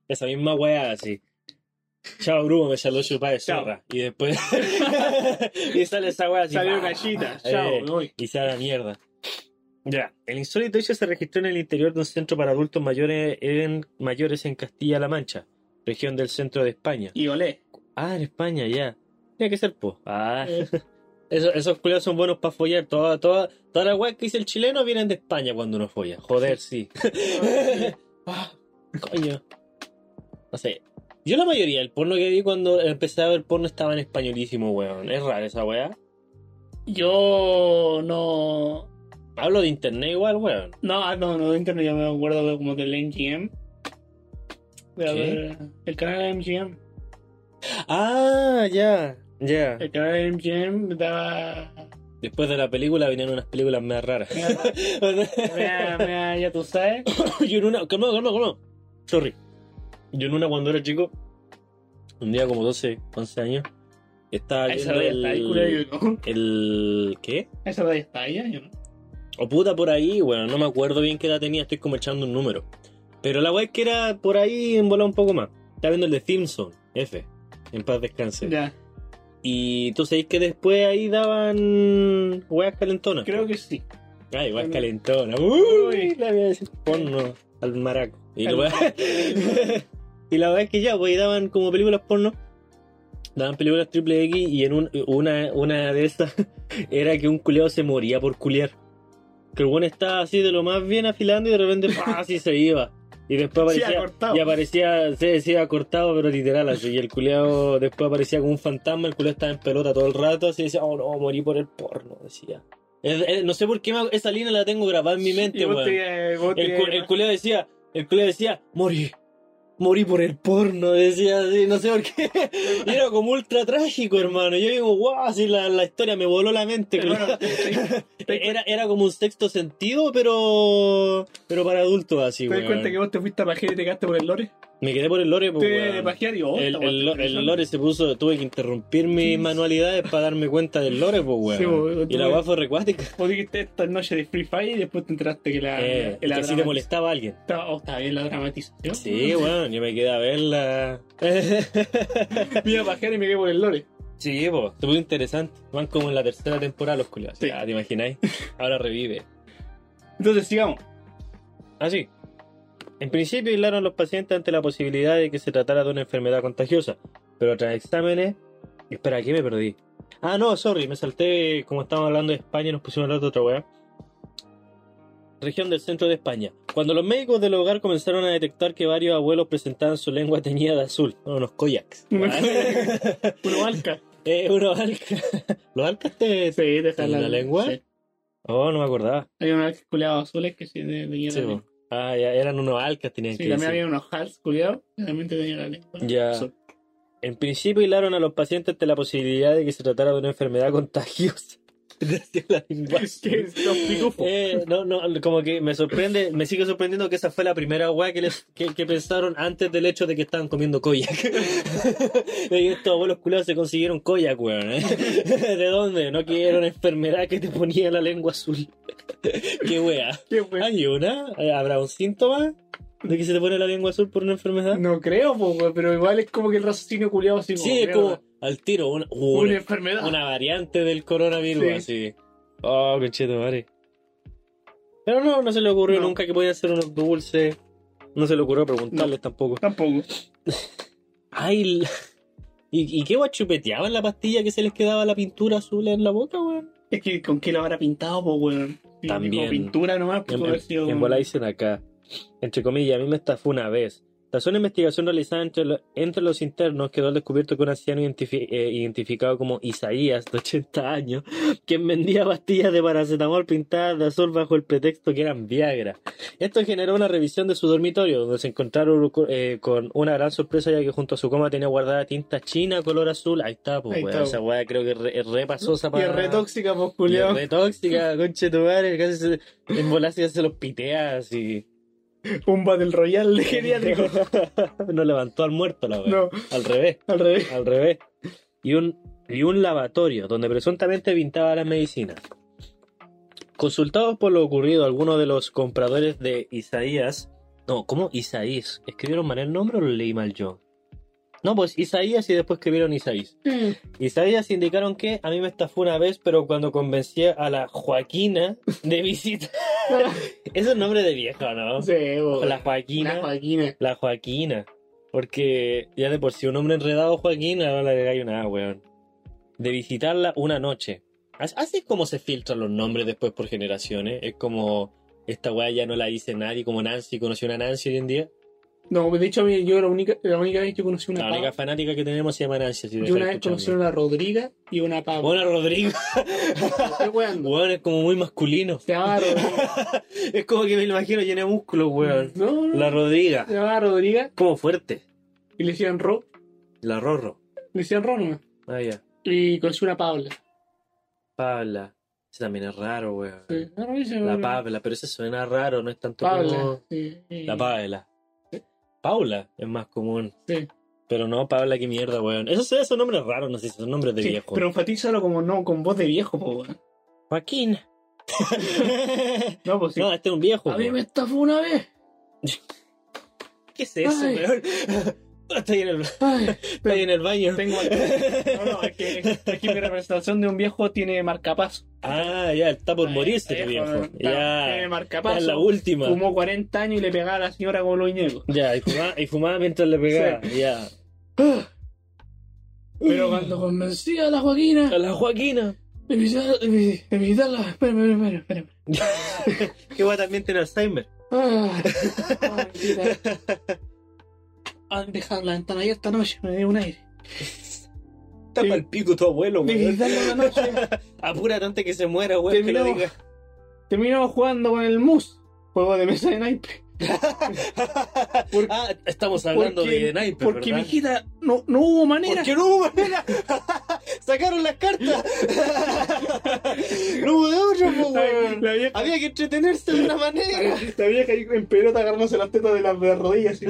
Esa misma weá así. Chao, Bruno, me salió chupa de Chao. zorra. Y después. y sale esa weá así. Salió ¡pah! gallita, Eh, chao, me voy. y se da la mierda. Ya, el insólito hecho se registró en el interior de un centro para adultos mayores en, mayores en Castilla-La Mancha, región del centro de España. Y olé. Ah, en España, ya. Tiene que ser, po. Ah. Esos, esos culiados son buenos para follar. Toda, toda, toda la weas que dice el chileno vienen de España cuando uno folla. Joder, sí. Eh, Ah, Coño. No sé. Yo la mayoría del porno que vi cuando empecé a ver porno estaba en españolísimo, weón. Es raro esa wea. Yo no. Hablo de internet igual, weón. No, ah, no, no, de internet yo me acuerdo de como del MGM. De ¿Qué? haber- el canal de MGM. Ah, ya. Ya. El canal de MGM me daba. Después de la película vinieron unas películas más raras. me da- me da- ya tú sabes. Yo en una. Calma, calma, calma. Sorry. Yo en una cuando era chico, un día como 12, 11 años, estaba A esa viendo talla está ahí, culo, el. yo no. el ¿Qué? A esa talla está ahí, ¿eh? yo no. O puta por ahí, bueno, no me acuerdo bien qué edad tenía, estoy como echando un número. Pero la weá es que era por ahí en volar un poco más. Estaba viendo el de Simpson, F. En paz descanse. Ya, Y tú sabés que después ahí daban weas calentonas. creo que sí. Ah, igual Bueno. calentona. Uy, Uy. la voy a decir porno al maraco. Y, Al la weá- y la verdad es que ya, pues, y daban como películas porno. Daban películas triple X y en un- una, una de esas era que un culeado se moría por culiar. Que el weón estaba así de lo más bien afilando y de repente ¡pah! así se iba. Y después Sí, aparecía, acortado. y aparecía, se decía cortado, pero literal así. Y el culeado después aparecía como un fantasma, el culeado estaba en pelota todo el rato, así decía, oh no, morí por el porno, decía. Es- es- no sé por qué me- esa línea la tengo grabada en mi mente, Y vos Este weón. te- eh, vos El, te- cu- el culeado decía, el culeado decía, morí, morí por el porno, decía así, no sé por qué. Y era como ultra trágico, hermano. Yo digo, wow, así la, la historia me voló la mente, Hermano, culeado. te- te- te- Era, era como un sexto sentido, pero pero para adultos así, ¿Te das cuenta weón. que vos te fuiste a pajear y te quedaste por el lore? Me quedé por el lore, pues, Te weón. pajear y oh, el, el esta lo- weá está el interesante. lore se puso, tuve que interrumpir mis manualidades para darme cuenta del lore, pues, weón. Sí, weón, y la tuve- weá fue recuática. Vos dijiste esta noche de Free Fire y después te enteraste que la. Eh, Ah, la que si te dramatiz- molestaba a alguien. Está- oh, está bien la dramatización. Sí, weón, yo me quedé a verla. Me iba a pajear y me quedé por el lore. sí, pues, se puso interesante. Van como en la tercera temporada los culiados. Sí. Ah, ¿te imagináis? Ahora revive. Entonces, sigamos. Así. Ah, En principio aislaron los pacientes ante la posibilidad de que se tratara de una enfermedad contagiosa, pero tras exámenes... Espera, aquí me perdí. Ah, no, sorry, me salté, como estábamos hablando de España, nos pusimos a hablar de otra weá. Región del centro de España. Cuando los médicos del hogar comenzaron a detectar que varios abuelos presentaban su lengua teñida de azul, unos koyaks. Uno alca. eh, unos alcas. ¿Los alcas te, Sí, deja ¿En la lengua? sí. Oh, no me acordaba. Hay unos alcas culiados azules que sí te- tenían Sí, la po. lengua. ah, ya, eran unos alcas, tenían Sí, que también decir. había unos hals culiados que también te tenían la lengua. Ya. Azul. En principio hilaron a los pacientes ante la posibilidad de que se tratara de una enfermedad contagiosa. Gracias a la Es que invasión. es los pitufos. Eh, no, no, como que me sorprende, me sigue sorprendiendo que esa fue la primera weá que, les- que, que pensaron antes del hecho de que estaban comiendo koyak. y estos abuelos culados se consiguieron koyak, weón. ¿eh? ¿De dónde? No que era una enfermedad que te ponía la lengua azul. Qué weá. ¿Qué fue? ¿Hay Ah, una? eh, ¿Habrá un síntoma de que se te pone la lengua azul por una enfermedad? No creo, po, güey, pero igual es como que el raciocinio culiado así Sí, es mierda, como al tiro, una, Una, una, enfermedad. una variante del coronavirus, Sí. así. Oh, conchito, madre. Pero no, no se le ocurrió No. nunca que podían hacer unos dulces. No se le ocurrió preguntarles tampoco. Tampoco. Ay, la- ¿y, y qué guachupeteaban la pastilla que se les quedaba la pintura azul en la boca, weón? Es que con qué lo habrá pintado, po, weón. Sí, También. Como pintura nomás, En, pudo haber sido. en- en bola dicen acá, entre comillas, a mí me estafó una vez. Tras una investigación realizada entre, lo- entre los internos, quedó al descubierto que un anciano identifi- eh, identificado como Isaías, de 80 años, quien vendía pastillas de paracetamol pintadas de azul bajo el pretexto que eran Viagra. Esto generó una revisión de su dormitorio, donde se encontraron co- eh, con una gran sorpresa, ya que junto a su cama tenía guardada tinta china color azul. Ahí está, pues, Ahí weón, está, esa weá creo que re- es repasosa Y para... es re tóxica, po, Y culiao. es re tóxica, conche tu madre, casi se, en bolas ya se los pitea así. Un Battle Royale de geriátrico. no levantó al muerto la wea. No. Al revés, Al revés. al revés. Y un, y un lavatorio donde presuntamente pintaba las medicinas. Consultados por lo ocurrido, algunos de los compradores de Isaías. No, ¿cómo? Isaías. ¿Escribieron mal el nombre o lo leí mal yo? No, pues Isaías y después escribieron Isaías. Isaías indicaron que a mí me estafó una vez, pero cuando convencí a la Joaquina de visita. Ese es nombre de viejo, ¿no? No sé, po. La Joaquina. Una Joaquina. La Joaquina. Porque ya de por sí un hombre enredado, Joaquina, ahora le agregáis una A, weón. De visitarla una noche. As- Así es como se filtran los nombres después por generaciones. Es como esta weá ya no la dice nadie, como Nancy, conoció una Nancy hoy en día. No, de hecho, a mí, yo la única, la única vez que conocí una La única pava. fanática que tenemos se llama Nancy. Si Yo dejáis una vez escucharme. conocí una Rodriga y una pava. Bueno, Rodrigo, Estoy weando. weón, es como muy masculino. Se llamaba Rodriga. Es como que me lo imagino llena de músculos, weón. No, no. La Rodriga, Se llamaba Rodriga como fuerte. y le decían Ro. La Rorro. Le decían Ro nomás. Ah, ya. Y conocí una Paula. Pabla. Ese también es raro, weón. Sí. Ah, No, no, dice La una- Pabla, pero ese suena raro, no es tanto Paula. como. sí, sí. La Pabla. Paula es más común. Sí. Pero no, Pabla, qué mierda, weón. Esos, esos nombres raros, no sé, son nombres de Sí, viejo. Pero enfatízalo como no, con voz de viejo, po, weón. Joaquín. No, pues sí. No, este es un viejo. a mí weón. me estafó una vez. ¿Qué es eso, Ay. weón? Estoy en el, Ay, estoy en el baño. tengo eh. No, no, es que, es que mi representación de un viejo tiene marcapaso. Ah, ya, está por Ay, morirse este viejo. está- Tiene Ya. Está en la marcapaso. última. Fumó 40 años y le pegaba a la señora como lo iñego. Ya, y fumaba, y fumaba mientras le pegaba. Ya. Pero cuando convencí a la Joaquina A la Joaquina. de visitar- de vi- de visitarla. Espérame, espérame, espérame. Que va también tiene Alzheimer. Ah, ay, mira. Han dejado la ventana abierta noche, me dio un aire. Está Sí. pa'l pico tu abuelo, Me weón. quitaron la noche. Apúrate antes que se muera, weón. Que lo Terminamos. diga. Terminamos jugando con el mus, juego de mesa de naipe. Por- ah, estamos hablando porque- de naipes, Porque ¿verdad? mi hijita no, no hubo manera. Porque no hubo manera. Sacaron las cartas. no hubo de otro, po, Ay, weón. La vieja, Había que entretenerse de una manera. la vieja ahí en pelota agarrándose las tetas de las, de las rodillas. así.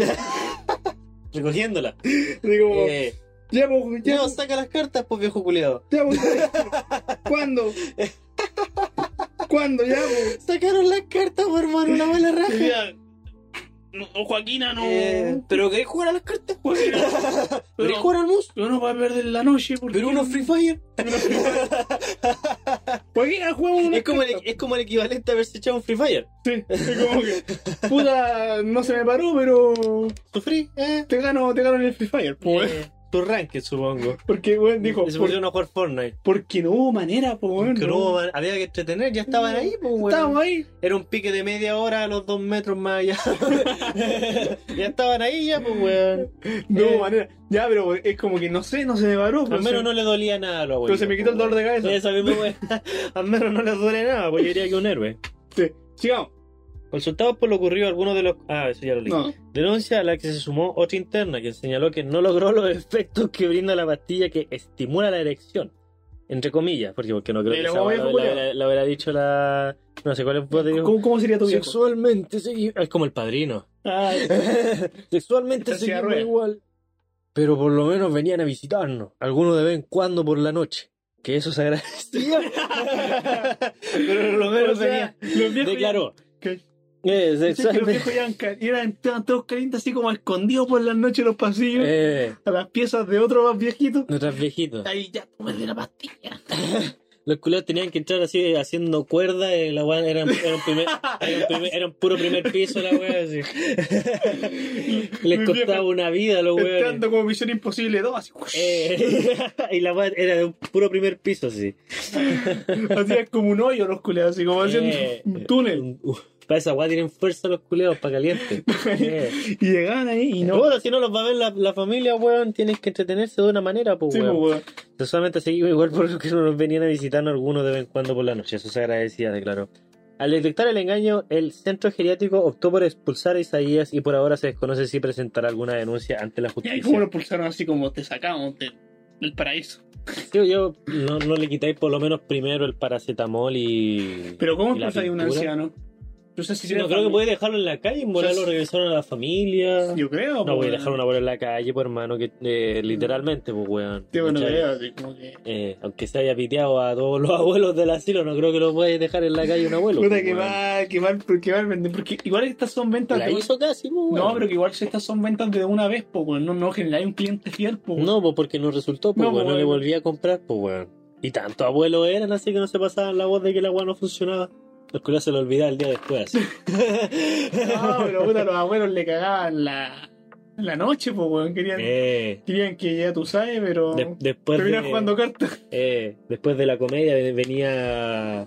Recogiéndola. Digo, Eh, ya, pues, ya, no, saca las cartas, pues viejo culiado. ya, pues, ¿Cuándo? ¿Cuándo? Ya, pues. Sacaron las cartas, por hermano, una mala raja. Ya. No, no, Joaquina, no. Eh, pero querés jugar a las cartas, Joaquina, ¿Querés pero, jugar al mus? pero no va a perder la noche. Porque Pero uno Free Fire. Joaquina, jugamos una Es como, el, es como el equivalente a haberse echado un Free Fire. Sí, es como que. Puta, no se me paró, pero. Sufrí, eh. Te gano, te gano en el Free Fire, po, weón. Eh, Tu ranking, supongo. Porque, weón, dijo. Y se por- pusieron a jugar Fortnite. porque no hubo manera, po, weón. Que no hubo man- había que entretener, ya estaban ahí, pues, weón. Estábamos ahí. Era un pique de media hora a los dos metros más allá. ya estaban ahí, ya, pues, weón. No Eh. hubo manera. Ya, pero weón, es como que no sé, no se me paró. Al pero menos se- no le dolía nada a los Pues Pero abuelos. se me quitó el dolor de cabeza. Esa misma weón. Al menos no les duele nada, pues yo diría que un héroe. Sí. Sigamos. Consultados por lo ocurrido, algunos de los. Ah, eso ya lo leí. No. Denuncia a la que se sumó otra interna, quien señaló que no logró los efectos que brinda la pastilla que estimula la erección. Entre comillas, porque, porque no creo Y que la esa hueá hueá viejo la, la- la- la hubiera dicho la. No sé cuál es vos digo. ¿Cómo, cómo sería tu viejo? Sexualmente segui- Es como el padrino. Ah, Sexualmente Está en silla de seguimos ruedas. igual. Pero por lo menos venían a visitarnos. Algunos de vez en cuando por la noche. Que eso se agradecía. Pero por lo menos o sea, venían. los viejos Declaró. ¿Qué? Eh, ya- sí, que los sexualmente- viejos ya eran ca- eran, estaban todos calientes así como escondidos por las noches en los pasillos Eh, a las piezas de otro más viejito. nuestras viejitas. Ahí ya, pues, de la pastilla. Los culeros tenían que entrar así haciendo cuerda, eh, la weá era, era un primer- era un primer- era un puro primer piso la weá así. Les costaba una vida a los weones. pues, Entrando como Misión Imposible 2, así. Eh, y la weá era de un puro primer piso así. Hacían como un hoyo los culeados, así como haciendo Eh, un túnel. un- uh, para esa weá tienen fuerza los culeros, para caliente. Eh. Y llegaban ahí y no. Bueno, si no los va a ver la, la familia, weón, tienes que entretenerse de una manera, pues Sí, pues, weón. weón. Solamente seguimos igual por lo que nos venían a visitar algunos de vez en cuando por la noche. Eso se agradecía, declaró. Al detectar el engaño, el centro geriátrico optó por expulsar a Isaías y por ahora se desconoce si presentará alguna denuncia ante la Y ahí justicia. como lo pulsaron así como te sacamos de- del paraíso. Creo yo, no, no le quitáis por lo menos primero el paracetamol y. Pero ¿cómo y la expulsáis a un pintura. anciano? Yo sé si Sí, tiene no, creo que familia. puede dejarlo en la calle, en volar O sea, lo regresaron a la familia. Yo creo, No pues, voy a weón. dejar una abuela en la calle, pues hermano, que eh, literalmente, pues weón. Sí, bueno, ¿Cachai? creo, así como que. Eh, aunque se haya piteado a todos los abuelos del asilo, no creo que lo puedes dejar en la calle un abuelo. Puta, pues, que weón. mal, que mal, que mal vender, Porque igual estas son ventas La de- hizo casi, pues, weón. No, pero que igual si estas son ventas de una vez, pues, weón. No, no generáis un cliente fiel, pues. weón. No, pues porque no resultó, pues, weón. No, pues, No le weón. volví a comprar, pues, weón. Y tantos abuelos eran, así que no se pasaban la voz de que el agua no funcionaba. Los culos se lo olvidaba el día después, así. No, pero puta, los abuelos le cagaban la, la noche, pues, weón. Querían, Eh, querían que ya tú sabes, pero. de- después, Terminan de, jugando cartas. eh, después de la comedia ven- venía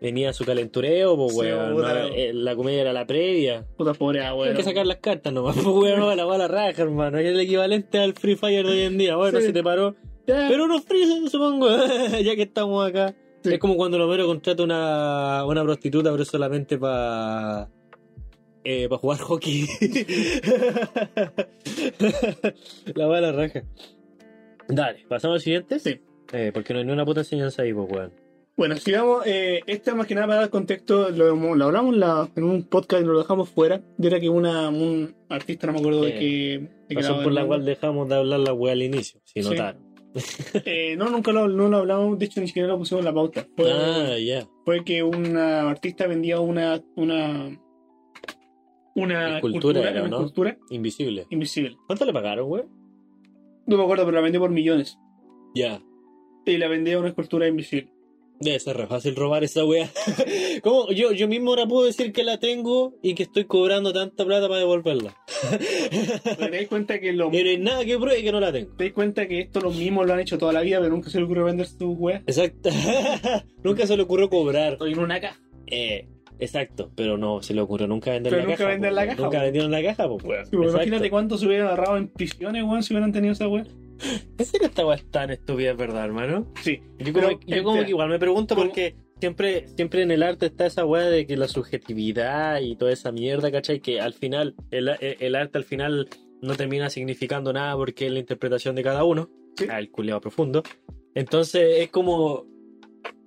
venía su calentureo, pues, Sí, weón. puta, No, weón. eh, la comedia era la previa. Puta pobre abuelo. Hay que sacar las cartas nomás, pues weón, no, la bala raja, hermano. Es el equivalente al Free Fire de hoy en día. Bueno, Sí. se te paró. Ya, Pero unos free, supongo, ya que estamos acá. Sí. Es como cuando Romero contrata una, una prostituta, pero solamente para eh, pa jugar hockey. la bala raja. Dale, pasamos al siguiente. Sí. Eh, porque no hay ni una puta enseñanza ahí, pues weón. Bueno, sigamos. Eh, esta más que nada para dar contexto, lo, lo hablamos en la- en un podcast y lo dejamos fuera. Y Era que una, un artista, no me acuerdo de Sí. qué. de qué Eh, Razón lado por del la mundo. cual dejamos de hablar la weá al inicio, si Sí. notaron. Eh, no, nunca lo, no lo hablamos, de hecho ni siquiera lo pusimos en la pauta. Fue, Ah, ya. fue que una artista vendía una una una Escultura cultura, era, una ¿no? escultura Invisible. invisible. ¿Cuánto le pagaron, weón? No me acuerdo, pero la vendió por millones. Ya. Y la vendía una escultura invisible. Debe ser re fácil robar esa weá. ¿Cómo? Yo, yo mismo ahora puedo decir que la tengo y que estoy cobrando tanta plata para devolverla. Pero te das cuenta que lo Y no hay nada que pruebe que no la tengo. te das cuenta que esto los mismos lo han hecho toda la vida, pero nunca se le ocurrió vender sus weas. Exacto. Nunca se le ocurrió cobrar. Estoy en una caja. Eh, Exacto, pero no se le ocurrió nunca vender Pero la nunca caja. vender po, la weón. caja, Nunca po. vendieron la caja, pues, weón. Sí, pues, Exacto. imagínate cuánto se hubieran agarrado en prisiones, weón, si hubieran tenido esa weón. ¿En serio esta weá es tan estúpida, es verdad, hermano? Sí. Yo como, Pero, yo como espera, que igual me pregunto ¿cómo? porque siempre, siempre en el arte está esa weá de que la subjetividad y toda esa mierda, ¿cachai? Que al final, el, e, el- el arte al final no termina significando nada porque es la interpretación de cada uno. Sí. Ah, el culeado profundo. Entonces es como.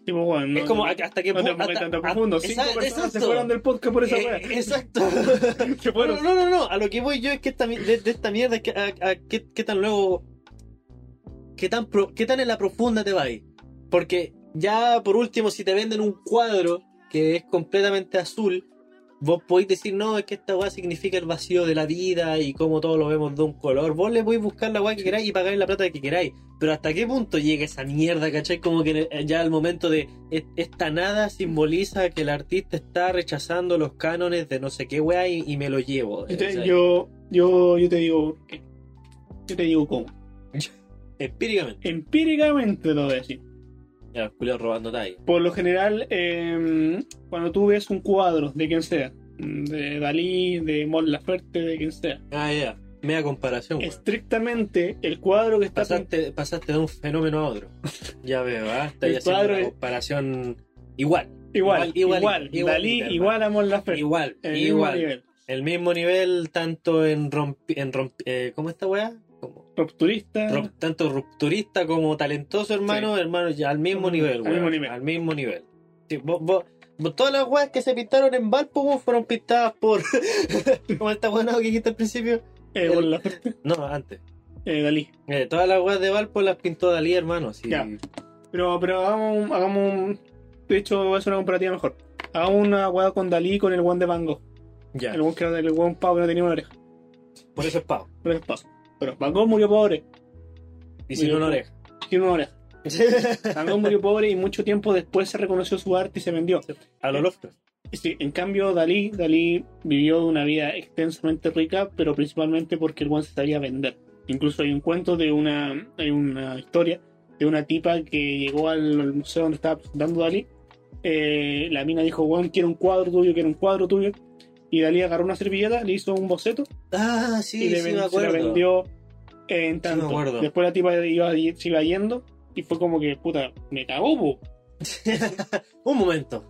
Tipo, weón, no- es como no- hasta qué no te punto. pongas hasta- tanto hasta- profundo. Cinco Esa- personas se exacto. fueron del podcast por esa Eh, weón. exacto. Se Bueno, fueron. no, no, no. A lo que voy yo es que esta mi- de, de esta mierda es que a, a- qué, qué tan luego. Qué tan, pro- qué tan en la profunda te va ahí. Porque ya por último, si te venden un cuadro que es completamente azul, vos podéis decir, no, es que esta weá significa el vacío de la vida y cómo todos lo vemos de un color. Vos le podéis buscar la weá que queráis y pagar la plata que queráis. Pero hasta qué punto llega esa mierda, ¿cachai? Como que eh, ya al momento de "Es- esta nada simboliza que el artista está rechazando los cánones de no sé qué weá y, y me lo llevo. Yo te- ¿cachai? Yo, yo, yo te digo por qué. Yo te digo cómo. Empíricamente. Empíricamente lo voy a decir. Ya, los culiados robando talla. Por lo general, eh, cuando tú ves un cuadro de quien sea, de Dalí, de Mon Laferte, de quien sea, Ah, ya. Mea comparación. weón. estrictamente el cuadro que está Pasaste, pasaste de un fenómeno a otro. Ya veo, ¿ah? Está El haciendo cuadro una es- comparación igual. igual, igual, igual, igual, Dalí igual, igual a Mon Laferte, Igual, en el mismo igual. nivel. El mismo nivel, tanto en rompi... En romp- eh, ¿Cómo esta weá? Como Rupturista, Ru- tanto rupturista como talentoso, hermano, hermano, ya al mismo Al nivel, weón, mismo nivel. Al mismo nivel. Sí, vos- vos- vos- todas las weas que se pintaron en Valpo weón, fueron pintadas por. como esta buena que dijiste al principio. eh, el- Mon Laferte, No, antes. eh, Dalí. Eh, todas las weas de Valpo las pintó Dalí, hermano. sí. Ya. Pero, pero hagamos, un, hagamos un- De hecho, voy a hacer una comparativa mejor. Hagamos una hueá con Dalí y con el one de Van Gogh. Ya. El one que era el one pavo que no tenía una oreja. Por eso es pavo. Pero es pavo. Pero Van Gogh murió pobre. Y si no, no oreja. Tiene una oreja. Van Gogh murió pobre y mucho tiempo después se reconoció su arte y se vendió. A lo Lovecraft. Y Sí, en cambio, Dalí, Dalí vivió una vida extensamente rica, pero principalmente porque el one se sabía vender. Incluso hay un cuento de una, hay una historia de una tipa que llegó al, al museo donde estaba presentando Dalí. Eh, la mina dijo, Juan, quiero un cuadro tuyo, quiero un cuadro tuyo. Y Dalí agarró una servilleta, le hizo un boceto Ah, y sí, le sí, ven- me se la acuerdo. vendió en me tanto. acuerdo. Después la tipa iba, se iba yendo y fue como que, puta, me cagó, po. Un momento.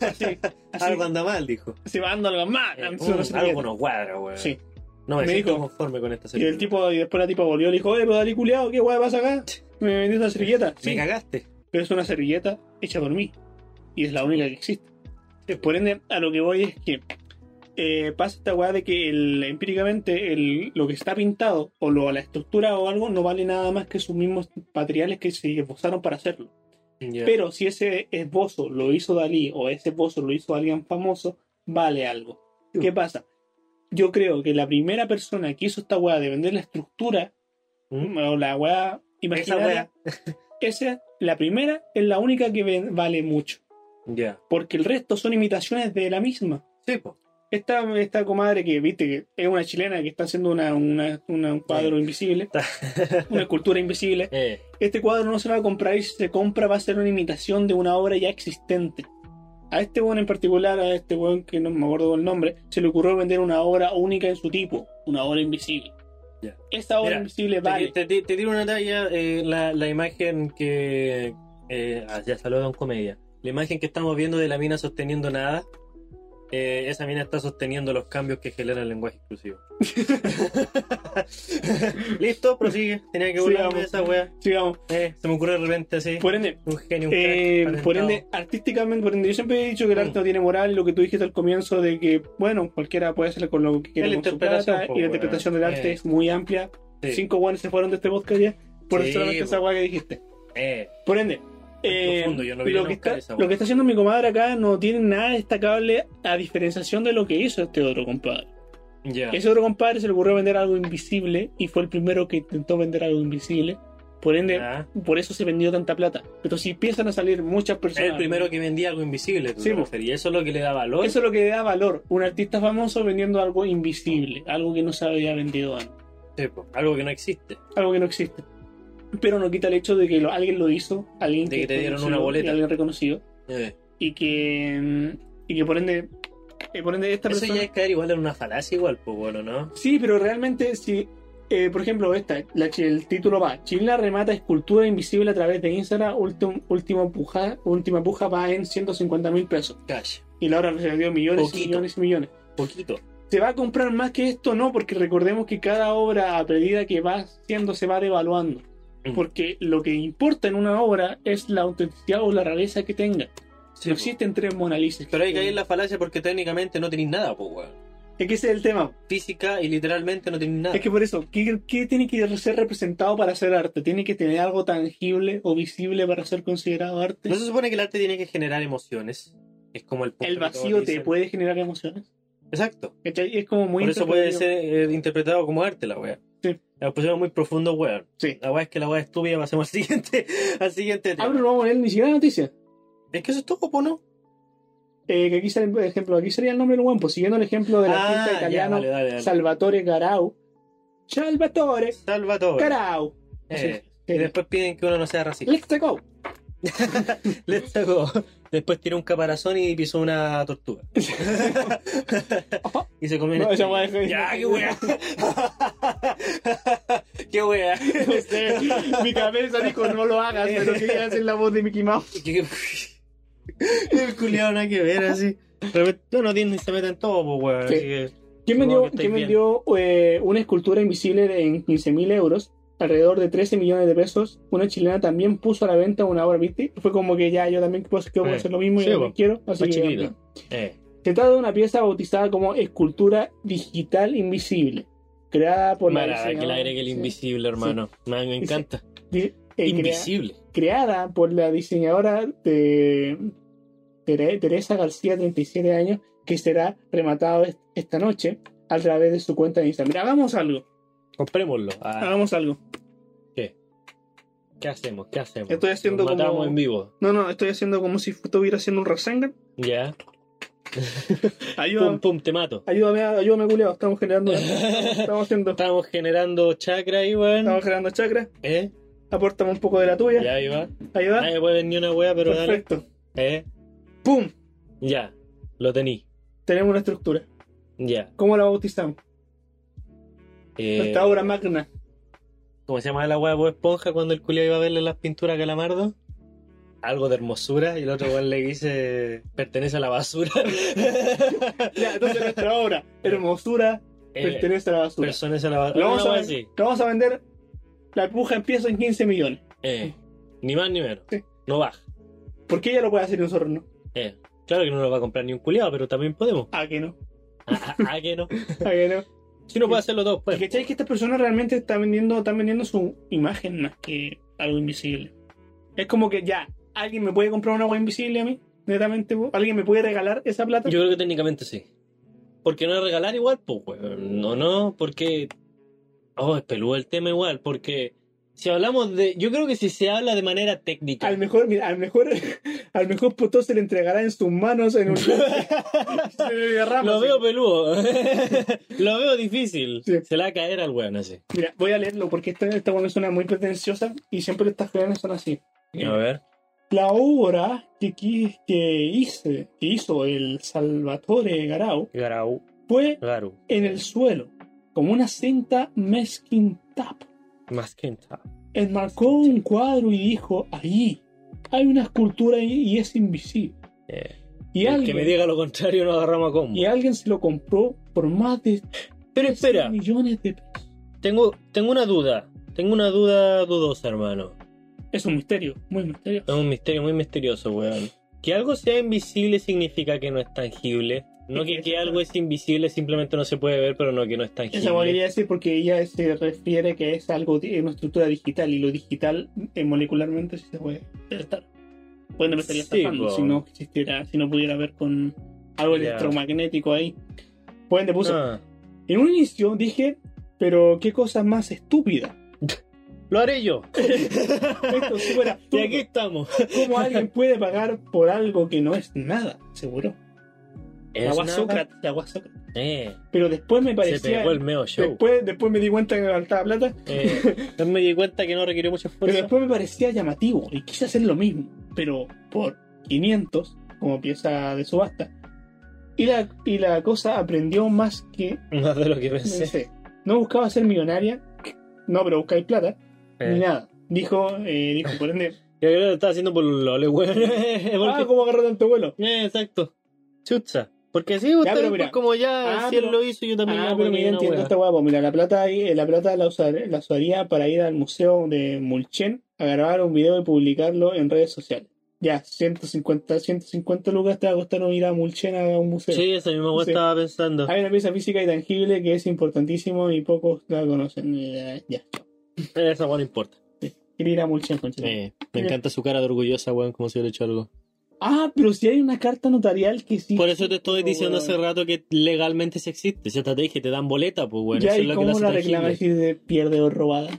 Así, así, Algo anda mal, dijo. se va dando algo más. Eh, lanzó una un- servilleta. algo no eh, cuadra, weón. Sí. No me, Me siento dijo- conforme con esta Y serie. el tipo, y después la tipa volvió y le dijo, oye, pero Dalí culiao, ¿qué guay pasa acá? Me vendió una servilleta. Me Sí, cagaste. pero es una servilleta hecha por mí. Y es la única que existe. Por ende, a lo que voy es que eh, pasa esta weá de que el- empíricamente el- lo que está pintado o lo, la estructura o algo no vale nada más que sus mismos materiales que se esbozaron para hacerlo. Ya. Pero si ese esbozo lo hizo Dalí o ese esbozo lo hizo alguien famoso, vale algo. Sí. ¿Qué pasa? Yo creo que la primera persona que hizo esta weá de vender la estructura ¿Mm? o la weá imaginaria, esa, la primera, es la única que ven- vale mucho. Ya. Porque el resto son imitaciones de la misma. Sí, po. Esta, esta comadre que viste que es una chilena que está haciendo una, una- una- un cuadro invisible, una escultura invisible. Eh, Este cuadro no se va a comprar y si se compra va a ser una imitación de una obra ya existente. A este weón en particular, a este weón que no me acuerdo el nombre, se le ocurrió vender una obra única en su tipo, una obra invisible. Ya. Esta obra Mira, invisible te, vale. te, te- te tiro una talla, eh, la, la imagen que... Eh, ah, ya salió de un comedia. La imagen que estamos viendo de la mina sosteniendo nada, eh, esa mina está sosteniendo los cambios que genera el lenguaje inclusivo. Listo, prosigue. Tenía que burlarme de Sigamos. esa wea. Sigamos. Eh, se me ocurre de repente así. Por ende, un genio, un eh, crack, por patentado. ende, artísticamente, por ende, yo siempre he dicho que el Mm. arte no tiene moral, lo que tú dijiste al comienzo de que, bueno, cualquiera puede hacerle con lo que quiera Es la con su interpretación, plata, po, y la weón. interpretación del arte Eh. es muy amplia. Sí. Cinco guanes se fueron de este podcast ya, por Sí, solamente po. esa weá que dijiste. Eh, Por ende, eh, profundo, yo no vi lo, nunca que está, esa lo weá. que está haciendo mi comadre acá no tiene nada destacable a diferenciación de lo que hizo este otro compadre. ya. Ese otro compadre se le ocurrió vender algo invisible y fue el primero que intentó vender algo invisible. Por ende, Ya. por eso se vendió tanta plata. Pero si empiezan a salir muchas personas. El primero que vendía algo invisible, tú Sí, te po. referís. Eso es lo que le da valor. Eso es lo que le da valor. Un artista famoso vendiendo algo invisible, algo que no se había vendido antes, Sí, po. Algo que no existe. algo que no existe. Pero no quita el hecho de que lo- alguien lo hizo, alguien De que te dieron conoció una boleta. y alguien reconocido. Eh. y que mm, y Y que por ende, eh, por ende esta Eso persona... ya es caer igual en una falacia, igual, pues bueno, ¿no? Sí, pero realmente si, eh, por ejemplo, esta, la que el título va, China remata escultura invisible a través de Instagram, ultim- última puja, última puja va en 150 mil pesos. Cash. Y la obra recibió millones y Poquito. millones y millones. Poquito. ¿Se va a comprar más que esto? No, porque recordemos que cada obra a medida que va haciendo se va devaluando. Mm. Porque lo que importa en una obra es la autenticidad o la rareza que tenga. no existen tres Mona Lisas. Pero hay que caer en la falacia porque técnicamente no tenéis nada, pues weón. Es que ese es el tema. Física y literalmente no tenéis nada. Es que por eso, ¿qué, qué tiene que ser representado para ser arte? ¿Tiene que tener algo tangible o visible para ser considerado arte? ¿No se supone que el arte tiene que generar emociones? Es como el punto ¿El que todos vacío te dicen. puede generar emociones? Exacto. ¿Cachai? Es como muy Por eso puede interpretativo. ser eh, interpretado como arte la weá. Sí. La pusieron muy profundo, weón. Sí. La weá es que la weá es estúpida, pasemos al siguiente, al siguiente tema. Ah, pero no vamos a leer ni siquiera la noticia. Es que eso es todo, po, ¿no? Eh, que aquí sale, por ejemplo, aquí sería el nombre del guampo. Siguiendo el ejemplo del artista Ah, ya, italiano dale, dale, dale. Salvatore Garau. Salvatore Salvatore. Garau. Eh, Sí, Y sí. después piden que uno no sea racista. Let's go. Let's go. Después tiró un caparazón y pisó una tortuga. y se comió. No, una esa weá es- estrella. Ya, qué wea. qué wea. No sé, Mi cabeza dijo no lo hagas, pero quería hacer la voz de Mickey Mouse. Qué- El culiado nada que ver así. Pero no, no Disney se mete en todo, pues weón. Sí. así que- ¿Quién Supongo vendió, que estáis quién vendió, eh, una escultura invisible de- en 15.000 euros? Alrededor de 13 millones de pesos. Una chilena también puso a la venta una obra, ¿viste? Fue como que ya yo también puedo yo puedo Eh, hacer lo mismo y sí, yo bo. quiero. Así Más que, chiquita. Eh, Se trata de una pieza bautizada como escultura digital invisible, creada por Mara, que le diseñadora- agregue el sí. invisible, hermano. Man, me Sí. encanta. Di- eh, crea- Invisible. creada por la diseñadora de Tere- Teresa García, 37 años, que será rematado est- esta noche a través de su cuenta de Instagram. Mira, hagamos algo, Comprémoslo. Ah, hagamos algo. ¿Qué hacemos? ¿Qué hacemos? Estoy haciendo Nos matamos como- en vivo. No, no, estoy haciendo como si fu- estuviera haciendo un Rasengan. Ya. Ayúdame, Pum, pum, te mato. ayúdame, ayúdame, culiao, estamos generando, estamos haciendo, Estamos generando chakra ahí, weón. estamos generando chakras. ¿Eh? Apórtame un poco de la tuya, Ya, ahí va. ayuda. Nadie puede ver ni una wea, pero dale. Ah. Perfecto. ¿Eh? ¡Pum! Ya. Lo tení. Tenemos una estructura. Ya. ¿Cómo la bautizamos? Eh, Nuestra obra magna. ¿Cómo se llama la wea de Bob Esponja cuando el culiao iba a verle las pinturas a Calamardo? Algo de hermosura y el otro weón le dice pertenece a la basura. Ya, entonces nuestra obra, hermosura, Eh, pertenece a la basura. pertenece a la basura. Lo vamos, Una a, wea ven- así. lo vamos a vender. La puja empieza en 15 millones. Eh, ni más ni menos. Sí. No baja. ¿Por qué ella lo puede hacer y nosotros no? Eh, claro que no lo va a comprar ni un culiado, pero también podemos. Ah, que no. Ah, ah, ah, que no. Ah, que no. Si no puede hacerlo todos, Porque pues. ¿cachai? que estas personas realmente están vendiendo, están vendiendo su imagen más que algo invisible. Es como que ya, ¿alguien me puede comprar una agua invisible a mí? Netamente, po? ¿alguien me puede regalar esa plata? Yo creo que técnicamente sí. Porque no es regalar igual, pues, weón. No, no, porque. Oh, es peludo el tema igual, porque. Si hablamos de. Yo creo que si se habla de manera técnica. Al mejor, mira, al mejor, al mejor puto se le entregará en sus manos en un. se le derrama, Lo así. veo peludo. lo veo difícil. Sí. Se le va a caer al weón así. Mira, voy a leerlo porque esta, esta weá me suena muy pretenciosa y siempre estas jóvenes son así. A ver. La obra que, qui- que, hice, que hizo el Salvatore Garau Garau. Eh, fue Garu. en el suelo, como una cinta mesquin tap. Más que Enmarcó un cuadro y dijo, ahí hay una escultura y, y es invisible. Eh, Y el que alguien, me diga lo contrario no agarramos a combo. y alguien se lo compró por más de Pero 3 espera. millones de pesos. Tengo, tengo una duda. Tengo una duda dudosa, hermano. Es un misterio, muy misterio. Es un misterio muy misterioso, weón. Que algo sea invisible significa que no es tangible. No que, que algo es invisible simplemente no se puede ver, pero no que no es Esa podría tangible. decir porque ella se refiere que es algo, di- una estructura digital y lo digital eh, molecularmente sí se puede detectar. Bueno, me estaría Sí, estafando po. si no existiera, si no pudiera ver con algo Ya. electromagnético ahí. Pueden te puso. Ah, En un inicio dije, pero qué cosa más estúpida. lo haré yo. Esto es súper y absurdo. aquí estamos. ¿Cómo alguien puede pagar por algo que no es nada? Seguro. La nada. guasócrata, la guasócrata. Eh, Pero después me se parecía. pegó el meo show. Después, después me di cuenta que me faltaba plata. Eh, me di cuenta que no requirió mucho Pero esfuerzo. después me parecía llamativo y quise hacer lo mismo, pero por 500 como pieza de subasta. Y la, y la cosa aprendió más que Más de lo que pensé. pensé. No buscaba ser millonaria, no, pero buscáis plata, Eh, ni nada. Dijo, eh, dijo por ende, Yo creo que lo estaba haciendo por los loles, weón. ah, Porque- ¿cómo agarró tanto vuelo? Eh, exacto. Chucha. Porque sí, usted pero pues, mira. como ya Ah, si él pero- lo hizo, yo también Ah, hago pero la mira, misma entiendo weá. esta hueá. Pues mira, la plata, ahí- la, plata la, usar- la usaría para ir al museo de Mulchen a grabar un video y publicarlo en redes sociales. Ya, 150, 150 lucas te va a costar ir a Mulchen a un museo. Sí, esa misma weá Sí. estaba pensando. Hay una pieza física y tangible que es importantísimo y pocos la conocen. Eh, Ya. Esa weá no importa. Quiero ir a Mulchen, concha. Eh, me Mira. encanta su cara de orgullosa, weón, como si hubiera hecho algo. Ah, pero si hay una carta notarial que sí. Por eso te estoy Pero, diciendo weón. hace rato que legalmente se existe. Esa estrategia te dan boleta, pues bueno, ya, eso es ¿y lo que lo cómo hace la tangible. reclamas si se pierde o robada?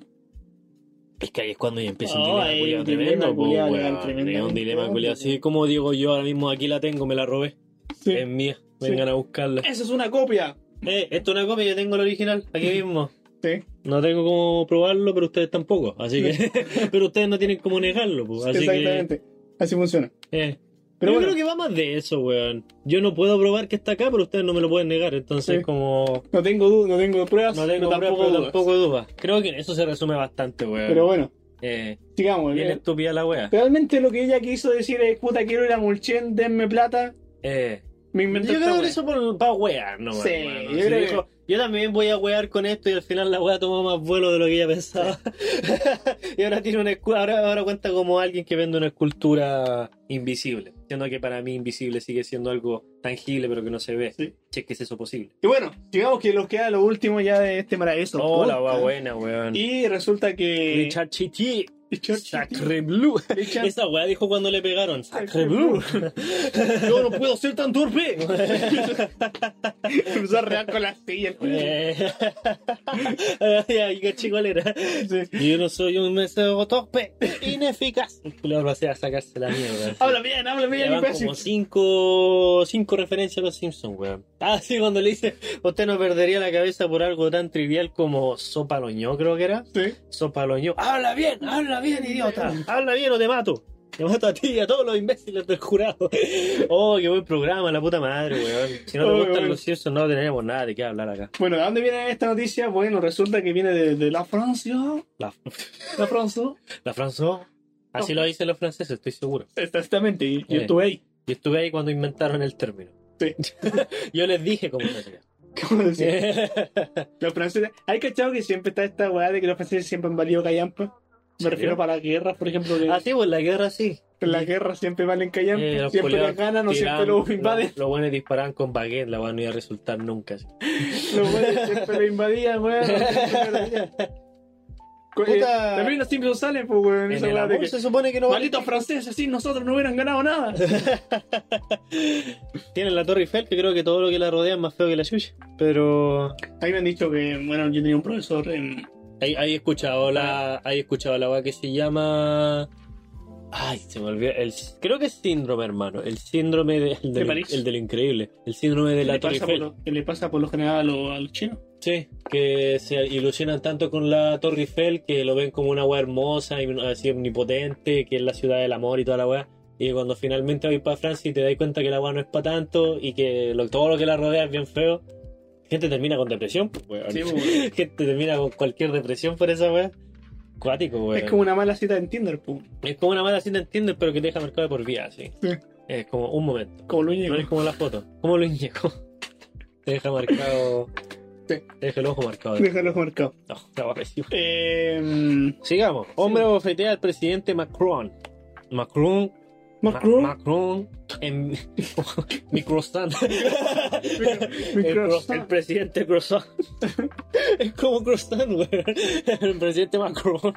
Es que ahí es cuando ya empieza Oh, un dilema ahí culiao un tremendo, dilema pues culiao weón. tremendo. Es un dilema culiao. Así como digo yo ahora mismo, aquí la tengo, me la robé. Sí. Es mía, Sí. vengan a buscarla. ¡Eso es una copia! Eh, esto es una copia, yo tengo el original, aquí mismo. Sí. Mm. No tengo cómo probarlo, pero ustedes tampoco. Así que. pero ustedes no tienen cómo negarlo, pues. Así que. Exactamente. Así funciona. eh. Pero yo bueno. creo que va más de eso, weón. Yo no puedo probar que está acá, pero ustedes no me lo pueden negar. Entonces, Sí. como. No tengo dudas, no tengo pruebas. No tengo tampoco tampoco, dudas. tampoco duda. Creo que en eso se resume bastante, weón. Pero bueno, Eh, sigamos. bien Eh, estúpida la wea. Realmente lo que ella quiso decir es, puta, quiero ir a Mulchen, denme plata. Eh. Me Yo inventé esta creo que wea. eso por, para wear, no Sí, yo creo que- yo también voy a wear con esto y al final la wea tomó más vuelo de lo que ella pensaba. y ahora tiene una escu- ahora, ahora cuenta como alguien que vende una escultura invisible. Siendo que para mí invisible sigue siendo algo tangible pero que no se ve. Sí. Che, ¿qué es eso posible? Y bueno, digamos que nos queda lo último ya de este maravilloso. Hola, podcast. va buena, weón. Y resulta que... Richard Chiti, Richard Sacre Blue. Richard- Esa weá dijo cuando le pegaron. Sacre Blue. Yo no puedo ser tan torpe. Empezó a rear con las sillas. Eh, Ay, qué chico era. Sí. Yo no soy un mesero torpe, ineficaz. Claro, o sea, sacarse la mierda. Habla bien, habla Ya bien, van imbécil. como cinco, cinco referencias a los Simpsons, weón. Ah, sí, cuando le dice, usted no perdería la cabeza por algo tan trivial como sopa loñó, creo que era. Sí. Sopa loñó. Habla bien, habla bien, idiota. Habla bien o te mato. Te mato a ti y a todos los imbéciles del jurado. Oh, qué buen programa, la puta madre, weón. Si no te Oh, gustan weón. los Simpsons, no tenemos nada de qué hablar acá. Bueno, ¿de dónde viene esta noticia? Bueno, resulta que viene de, de la Francia. La, La Francia. la François. Así lo dicen los franceses, estoy seguro. Exactamente, y- yo Eh. estuve ahí. Yo estuve ahí cuando inventaron el término. Sí. Yo les dije cómo se hacía. ¿Cómo Eh. decir? Los franceses. ¿Hay cachado que siempre está esta weá de que los franceses siempre han valido callampa? Me ¿Serio? refiero para las guerras, por ejemplo. Que Ah, sí, pues la guerra sí. en las guerras siempre valen callampa. Eh, los siempre culiados las ganan o siempre tiran- los invaden. Los buenos disparaban con baguette, la van no iba a resultar nunca. así. Los güeyes siempre lo invadían, weón. Siempre lo hacían. Eh, Puta. También los Simpsons salen, pues, weón. En Esa el weá de amor que. se supone que no vale. Malditos franceses, sin nosotros no hubieran ganado nada. Tienen la Torre Eiffel, que creo que todo lo que la rodea es más feo que la suya. Pero. Ahí me han dicho que, bueno, yo tenía un profesor en. Ahí, ahí he escuchado la. Ahí he escuchado la weá que se llama. Ay, se me olvidó. El, creo que es síndrome, hermano. El síndrome de, el de, ¿De lo- París? el de lo increíble. El síndrome de que la le Torre pasa por Eiffel. lo- que le pasa por lo general a los, a los chinos. Sí, que se ilusionan tanto con la Torre Eiffel que lo ven como una weá hermosa y una- así omnipotente, que es la ciudad del amor y toda la weá. Y cuando finalmente vais para Francia y te das cuenta que la weá no es para tanto y que lo- todo lo que la rodea es bien feo, gente termina con depresión, pues, weón. Sí, weón. gente termina con cualquier depresión por esa weá. Cuático, weón. Es como una mala cita en Tinder, pues. pu. Es como una mala cita en Tinder, pero que te deja marcado de por vida, así. Sí. Es como un momento. Como lo No es único. como la foto, como lo inyecó. Te deja marcado. Sí. Te deja el ojo marcado. Déjalos marcados. No, estaba pésimo. Eh, Sigamos. Hombre bofetea al presidente Macron. Macron. Macron. Ma- Macron. En... Mi croissant. Mi El, cro- croissant. el presidente croissant. es como croissant, güey. El presidente Macron.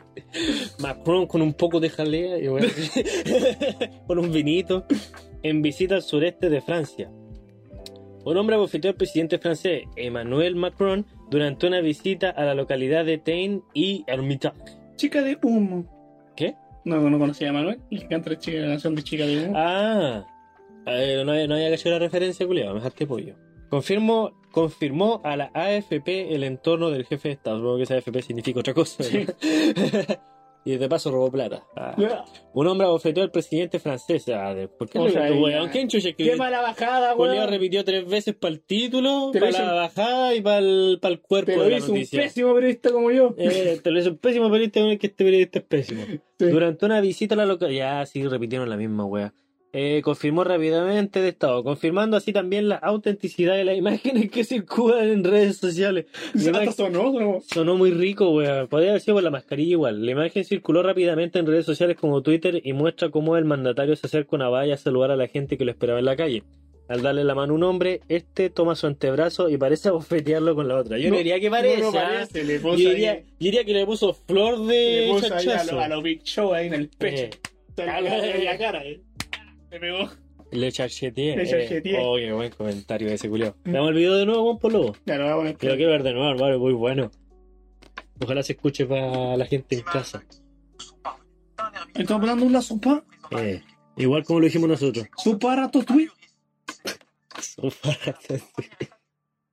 Macron con un poco de jalea y güey, con un vinito. En visita al sureste de Francia. Un hombre abofeteó al presidente francés Emmanuel Macron durante una visita a la localidad de Tain y Hermitage. Chica de humo. ¿Qué? No, no conocía a Manuel. Le canta la, chica, la canción de Chica de humo. Ah, eh, no, había- no había cachado la referencia, culiado, me dejaste pollo. Confirmo, confirmó a la AFP el entorno del jefe de Estado. Supongo que esa AFP significa otra cosa. ¿no? Y de paso robó plata. Ah. Un hombre abofeteó al presidente francés. Ah, de- ¿Por qué O le sea, tu y- weón? ¿Quién chucha ¡Qué escribió? mala bajada, Julián weón! repitió tres veces para el título, Te lo para la hizo- bajada y para el, cuerpo Pero de la hizo un noticia. pésimo periodista como yo. Eh, te lo hizo un pésimo periodista, bueno, es que este periodista es pésimo. Sí. Durante una visita a la localidad, ya sí repitieron la misma wea. Eh, confirmó rápidamente de estado, confirmando así también la autenticidad de las imágenes que circulan en redes sociales. Hasta Mira- sonó, sonó. Sonó muy rico, wea. Podría haber sido por la mascarilla igual. La imagen circuló rápidamente en redes sociales como Twitter y muestra cómo el mandatario se acerca a una valla a saludar a la gente que lo esperaba en la calle. Al darle la mano a un hombre, este toma su antebrazo y parece abofetearlo con la otra. Yo no, No, diría que parece. No, no ¿ah? parece, le Yo puso diría, ahí- yo diría que le puso flor de le puso ahí a, chachazo. lo, a lo Big Show ahí en el pecho. Eh, En la cara, en la cara, eh. Me pegó. le charcheteé. Le Mm. eh. charcheteé. Oh, qué buen comentario ese culiao. Me olvidó de nuevo, buen polo. Ya lo voy a poner. Lo quiero ver de nuevo, hermano, muy bueno. Ojalá se escuche para la gente en casa. Estamos hablando de una sopa. Eh, igual como lo dijimos nosotros. Sopa ratatouille.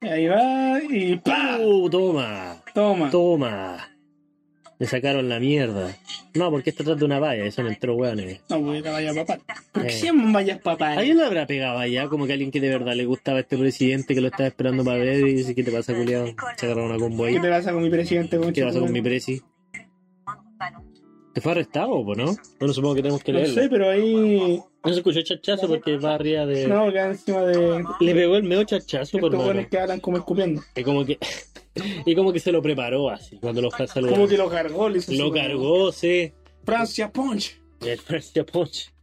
Ahí va y ¡pa! ¡Uh, toma! Toma. ¡Toma! Le sacaron la mierda. No, porque está atrás de una valla, eso no entró, weón. eh. No, voy a vaya papá. ¿Por Eh. qué se llaman vallas papá? ¿Alguien lo habrá pegado allá? Como que alguien que de verdad le gustaba a este presidente que lo estaba esperando para ver y dice: ¿Qué te pasa, culiado? Se agarraron una combo ahí. ¿Qué te pasa con mi presidente? ¿Qué pasa con mi presi? ¿Te fue arrestado o no? Bueno, supongo que tenemos que No sé, leerlo. pero ahí. No se escuchó chachazo porque va arriba de. No, queda encima de. Le pegó el medio chachazo por Estos mano. buenos que hablan como escupiendo. Y como que. y como que se lo preparó así, cuando lo fue a saludar. Como que lo cargó, le hizo Lo su- cargó, sí. Francia Punch. El Francia Punch.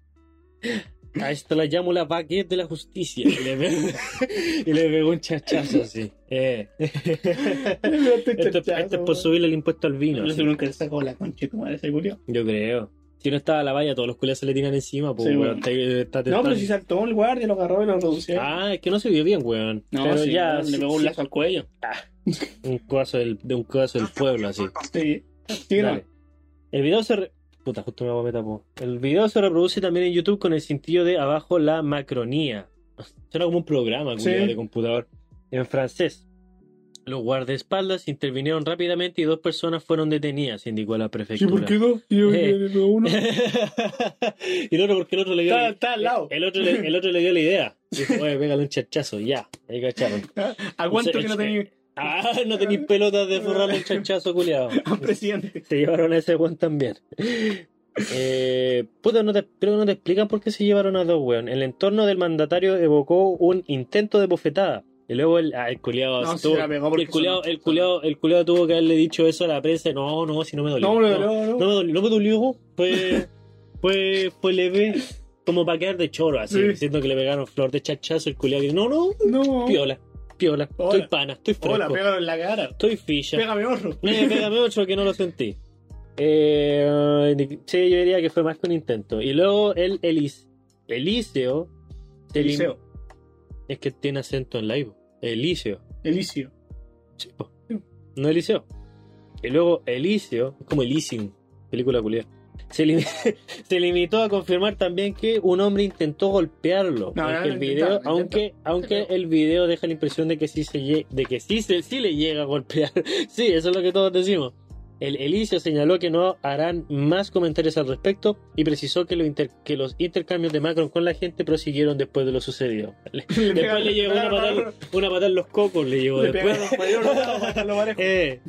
A esto la llamo la baguette de la justicia. Y le pegó, y le pegó un chachazo así. Eh. este Esto, esto es por subirle el impuesto al vino. No así. sé nunca le sacó la concha, tu madre, se murió. Yo creo. Si no estaba la valla, todos los culiados se le tiran encima. Pues, Sí, weón, weón. está- está No, pero tentado. si saltó el guardia, lo agarró y lo redució. Ah, es que no se vio bien, weón. no, pero sí, ya. le sí, pegó un sí, lazo al cuello. un codazo del, de un codazo del pueblo, así. Sí. Sí, no. Dale. El video se... re- Puta, justo mi agua me tapó. El video se reproduce también en YouTube con el sentido de abajo la macronía. Suena como un programa Sí. culiao, de computador. En francés. Los guardaespaldas intervinieron rápidamente y dos personas fueron detenidas, indicó la Sí, prefectura. ¿por qué dos? Yo, Eh. yo, yo, uno. y el otro porque el otro le dio... Está- está al lado. El otro, le, el otro le dio la idea. Dijo, oye, pégale un chachazo, ya. Ahí cacharon. Aguanto Sí, que no sí. tenía Ah, no tenéis pelotas de forrarle un chachazo, culiado. un presidente. Se llevaron a ese weón también. Eh, puta, no te, creo que no te explican por qué se llevaron a dos weón. El entorno del mandatario evocó un intento de bofetada. Y luego el, ah, el culiado. No, se se tuvo- la pegó porque el culiado, son- el culiado, el culiado tuvo que haberle dicho eso a la prensa. No, no, si no me dolió. No, no, no, No no. me dolió, no me dolió. Fue, fue, fue leve. Como para quedar de choro, así. Sí. Diciendo que le pegaron flor de chachazo. El culiado que no, no, No. piola, piola. Hola. Estoy pana, estoy fresco. Hola, pégalo en la cara. Estoy ficha. Pégame otro. Eh, pégame ocho que no lo sentí. Eh, sí, yo diría que fue más que un intento. Y luego el Elis, Eliseo. se lim- Eliseo. Es que tiene acento en live. Eliseo. Elicio. Sí, po. No Eliseo. Y luego Eliseo, es como Elysium, película culiada. Se, lim- se limitó a confirmar también que un hombre intentó golpearlo. No, no, aunque, no el intentaron, video, no aunque, aunque el video deja la impresión de que sí se lle- de que sí, se, sí le llega a golpear. sí, eso es lo que todos decimos. El Eliseo señaló que no harán más comentarios al respecto y precisó que, lo inter- que los intercambios de Macron con la gente prosiguieron después de lo sucedido. Le Después pegaron- le llegó una patada, una patada en los cocos, le llegó Le después. pegaron los cuellos, los brazos, hasta los parejos. Eh,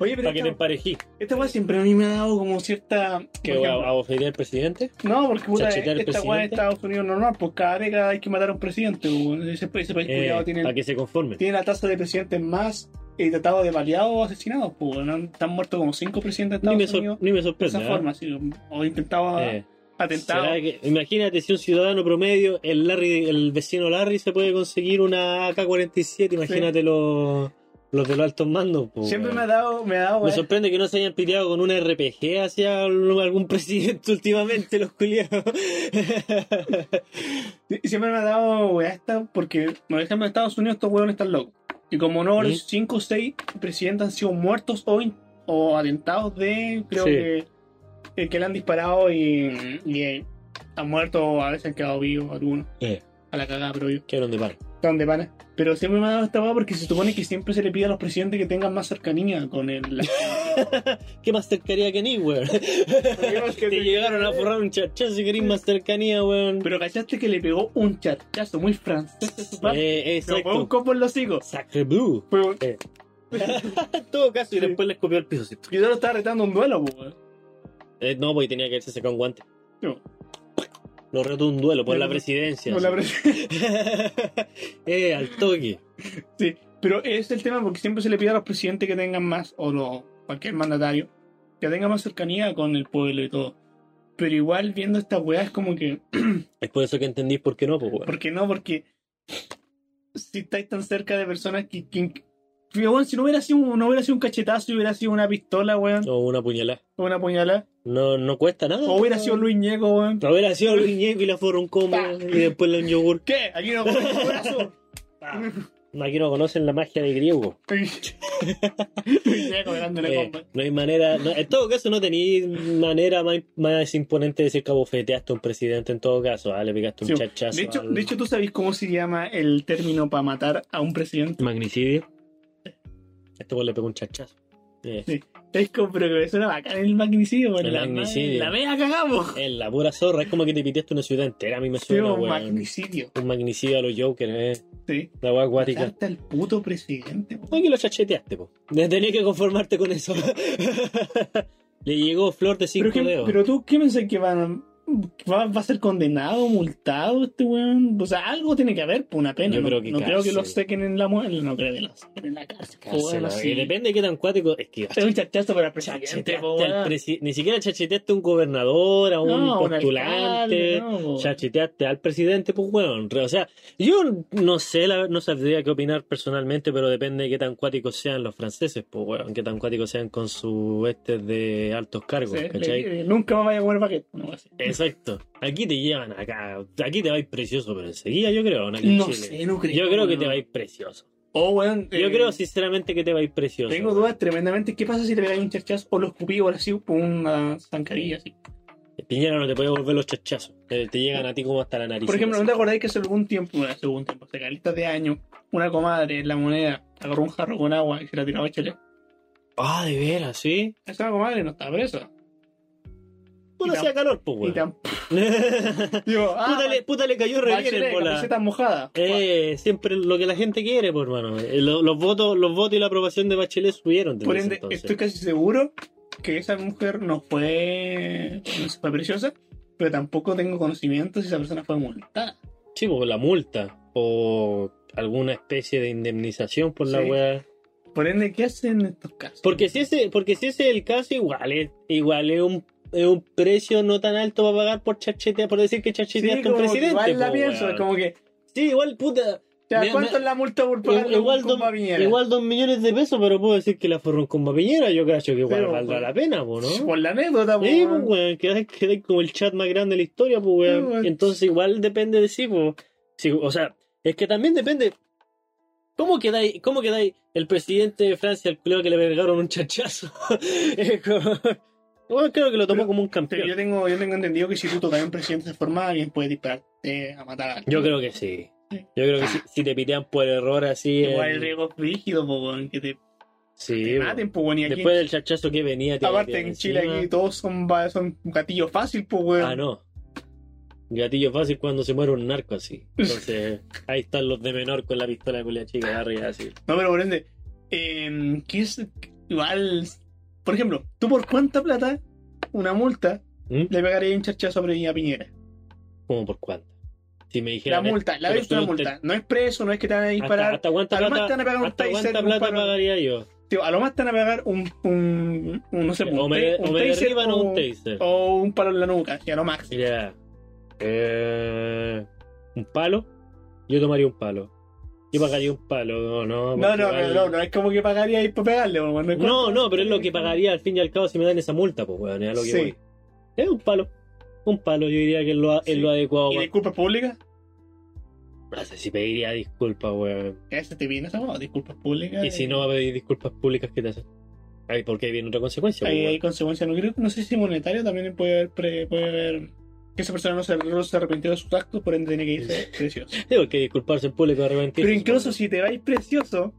Oye, pero para que te esta- emparejí. esta weá siempre a mí me ha dado como cierta. Que por voy a, ejemplo, a bofetear al presidente. No, porque puta, ¿Chachetear al esta weá en presidente? Estados Unidos normal, pues cada década hay que matar a un presidente. weón. Ese, ese país eh, culiao, para tiene, que se conforme. tiene la tasa de presidentes más eh, tratados de baleados o asesinados. Pues, weón. Han- han muerto como cinco presidentes de Ni me, Estados sor- Unidos ni me de sorprende. esa ¿eh? forma. así, o intentado Eh, atentado. ¿será que- imagínate si un ciudadano promedio, el Larry, el vecino Larry, se puede conseguir una AK-47. Imagínate los, los de los altos mandos. po, Siempre weón. me ha dado, me ha dado, Me weón. sorprende que no se hayan piteado con un RPG hacia algún presidente últimamente, los culiados. Sí, Siempre me ha dado weá esta, porque, por ejemplo, en Estados Unidos estos huevones están locos. Y como no, ¿Mm? los 5 o 6 presidentes han sido muertos o, in- o atentados de, creo Sí. que, eh, que le han disparado y, y, eh, han muerto o a veces han quedado vivos algunos. Eh. A la cagada, pero yo. Quedaron de par. Están de pana. Pero siempre me ha dado esta weá porque se supone que siempre se le pide a los presidentes que tengan más cercanía con el... la- ¿Qué más cercanía que Anywhere? que Te llegaron a forrar un charchazo y querés más cercanía, weón. Pero cachaste que le pegó un charchazo muy francés de su parte. Eh, Pero fue un exacto. copo en los higos. Sacre Blue. Fue un- Eh. En todo caso, y Sí. después le escupió el piso, ¿cierto? Yo ya lo estaba retando un duelo, po, weón. Eh, no, porque tenía que haberse sacado un guante. No. Lo reto un duelo por No, la no. presidencia. Con la así. pres- eh, al toque. Sí, pero es el tema porque siempre se le pide a los presidentes que tengan más, o lo- cualquier mandatario, que tengan más cercanía con el pueblo y todo. Pero igual viendo esta weá es como que, Es por eso que entendís por qué no, pues, weón. ¿por qué no? Porque si estáis tan cerca de personas que... que- Fíjate, weón, si no hubiera, sido, un- no hubiera sido un cachetazo, hubiera sido una pistola, weón, O una puñalada. o una puñalada, No, no cuesta nada. o hubiera sido Luis Ñeco, weón. No hubiera sido Luis Ñeco y la forra un combo Pa. y después le un yogur. ¿Qué? Aquí no con el brazo. Pa. Aquí no conocen la magia de griego. Luis Ñeco dándole Eh, comba. no hay manera. no- en todo caso, no tenéis manera más, más imponente de decir que abofeteaste a un presidente. En todo caso, ah, le picaste un Sí, chachazo. De hecho, al- de hecho, ¿tú sabes cómo se llama el término para matar a un presidente? magnicidio. Este weón le pegó un chachazo. Eh, Es como, pero que me suena bacán el magnicidio, bueno, El la, magnicidio. la vea cagamos. es la pura zorra. Es como que te piteaste una ciudad entera. A mí me Sí, suena, un weón. magnicidio. Un magnicidio a los Jokers, eh. Sí. La weá acuática. Hasta el puto presidente. po. No, que lo chacheteaste, po. Tenías que conformarte con eso. Le llegó flor de cinco Pero, que- dedos. pero tú, ¿qué pensás que van a- va, va a ser condenado, multado este weón? O sea, algo tiene que haber, por una pena. Yo no creo que no creo que cárcel. lo sequen en la muerte, no creo que lo sequen en la cárcel. po, Cárcel, weón, la- así. y depende de qué tan cuático. Es que Es un chachazo para el presidente, po, chacheteaste al weón. presi- ni siquiera chacheteaste a un gobernador, a un No, un postulante. alcalde, no, po. Chacheteaste al presidente, pues weón. O sea, yo no sé, la- no sabría qué opinar personalmente, pero depende de qué tan cuáticos sean los franceses, pues weón. Qué tan cuáticos sean con su este de altos cargos, Sí, ¿cachai? eh, eh, nunca me vaya a comer baguette. No, así. Exacto. Aquí te llevan acá. Aquí te vais precioso, pero enseguida yo creo. No, Aquí en No Chile. sé, no creo. Yo creo que weón. te vais precioso. Oh, weón, Yo eh, creo sinceramente que te vais precioso. Tengo dudas tremendamente. ¿Qué pasa si le pegáis un chachazo o lo escupí o así por una zancadilla así? Piñera no te puede volver los chachazos. Eh, Te, te llegan a ti como hasta la nariz. Por ejemplo, ¿no te acordáis que hace algún tiempo, bueno, hace algún tiempo, hace calitas de años, una comadre en la moneda agarró un jarro con agua y se la tiraba a Chile? Ah, de veras, ¿sí? Esa comadre no estaba presa. Puta Y tam- hacía calor, pues, Y weón. tan. Digo, ah, puta, le, puta le cayó re bien en Bachelet, bola. camiseta mojada. Eh, siempre lo que la gente quiere, pues, hermano. Eh, lo- los, votos, los votos y la aprobación de Bachelet subieron. desde Por ese ende, entonces. estoy casi seguro que esa mujer no fue, no fue preciosa, pero tampoco tengo conocimiento si esa persona fue multada. Sí, pues, la multa. O alguna especie de indemnización por la Sí. weá. Por ende, ¿qué hacen en estos casos? Porque si ese, porque si ese es el caso, igual es, igual es un, es un precio no tan alto para pagar por chachetea, por decir que chacheteaste a un como que presidente. Igual la po, pienso, weón. es como que. Sí, igual puta. ya, Me- ¿Cuánto me- es la multa por pagar Igual, un combo a dos, Piñera? igual dos millones de pesos, pero puedo decir que la forró con Piñera, yo creo que igual Sí, valdrá pues. la pena, po, ¿no? Por la anécdota, po, Sí, pues, weón. weón, quedáis quedáis como el chat más grande de la historia, pues, Sí, weón. weón. Entonces, igual depende de sí, pues. Sí, o sea, es que también depende. ¿Cómo quedáis, cómo quedáis el presidente de Francia, el culero que le pegaron un chachazo? Es como- Bueno, creo que lo tomó Pero- como un Pero yo campeón. tengo, yo tengo entendido que si tú tocas a un presidente de esa forma, alguien puede dispararte a matar a alguien. Yo creo que sí. Sí. Yo creo que si, si te pitean por error así. Igual en- el riesgo es rígido, po, weón, que te Sí, po. maten, po, weón, y aquí- Después del chachazo que venía. te Aparte, metían en Chile encima. aquí todos son, va- son gatillos fácil, po, weón. Ah, no. Gatillo fácil cuando se muere un narco así. Entonces, ahí están los de menor con la pistola de culia chica arriba así. No, pero por ende, eh, ¿qué es? Igual, por ejemplo, ¿tú por cuánta plata, una multa, ¿Mm? le pagarías un charchazo a Piñera? ¿Cómo por cuánto? Si me La dijeran. multa, la pero vez es una tú te- multa. No es preso, no es que te van a ¿Hasta, disparar. hasta cuánta a lo más plata, te van a pagar un hasta taser, cuánta un plata paro. pagaría yo? Tío, a lo más te van a pagar un, un, un, no sé, un, o me, ta- o un me taser derriban o o, un taser. o un palo en la nuca, y a lo máximo. Ya. Eh, ¿Un palo? Yo tomaría un palo. Yo pagaría un palo. No, no, No, porque no, vale- pero no, no es como que pagaría ir para pegarle, weón, es como- No, no, pero es lo que pagaría al fin y al cabo si me dan esa multa, pues, weón. Es lo que Sí. voy. Es un palo. Un palo, yo diría que es lo, es Sí. lo adecuado. ¿Y pa- de culpa pública? No sé si pediría disculpas, weón. Ese te viene esa weón, disculpas públicas. Y si no va a pedir disculpas públicas, ¿qué te hace? Ay, porque ahí viene otra consecuencia, pues, Ahí weón. hay consecuencias, no creo, no sé si monetario también puede haber, pre- puede haber que esa persona no se, no se arrepintió de sus actos, por ende tiene que irse precioso. Tengo que disculparse en público de repente. Pero incluso si te vais precioso,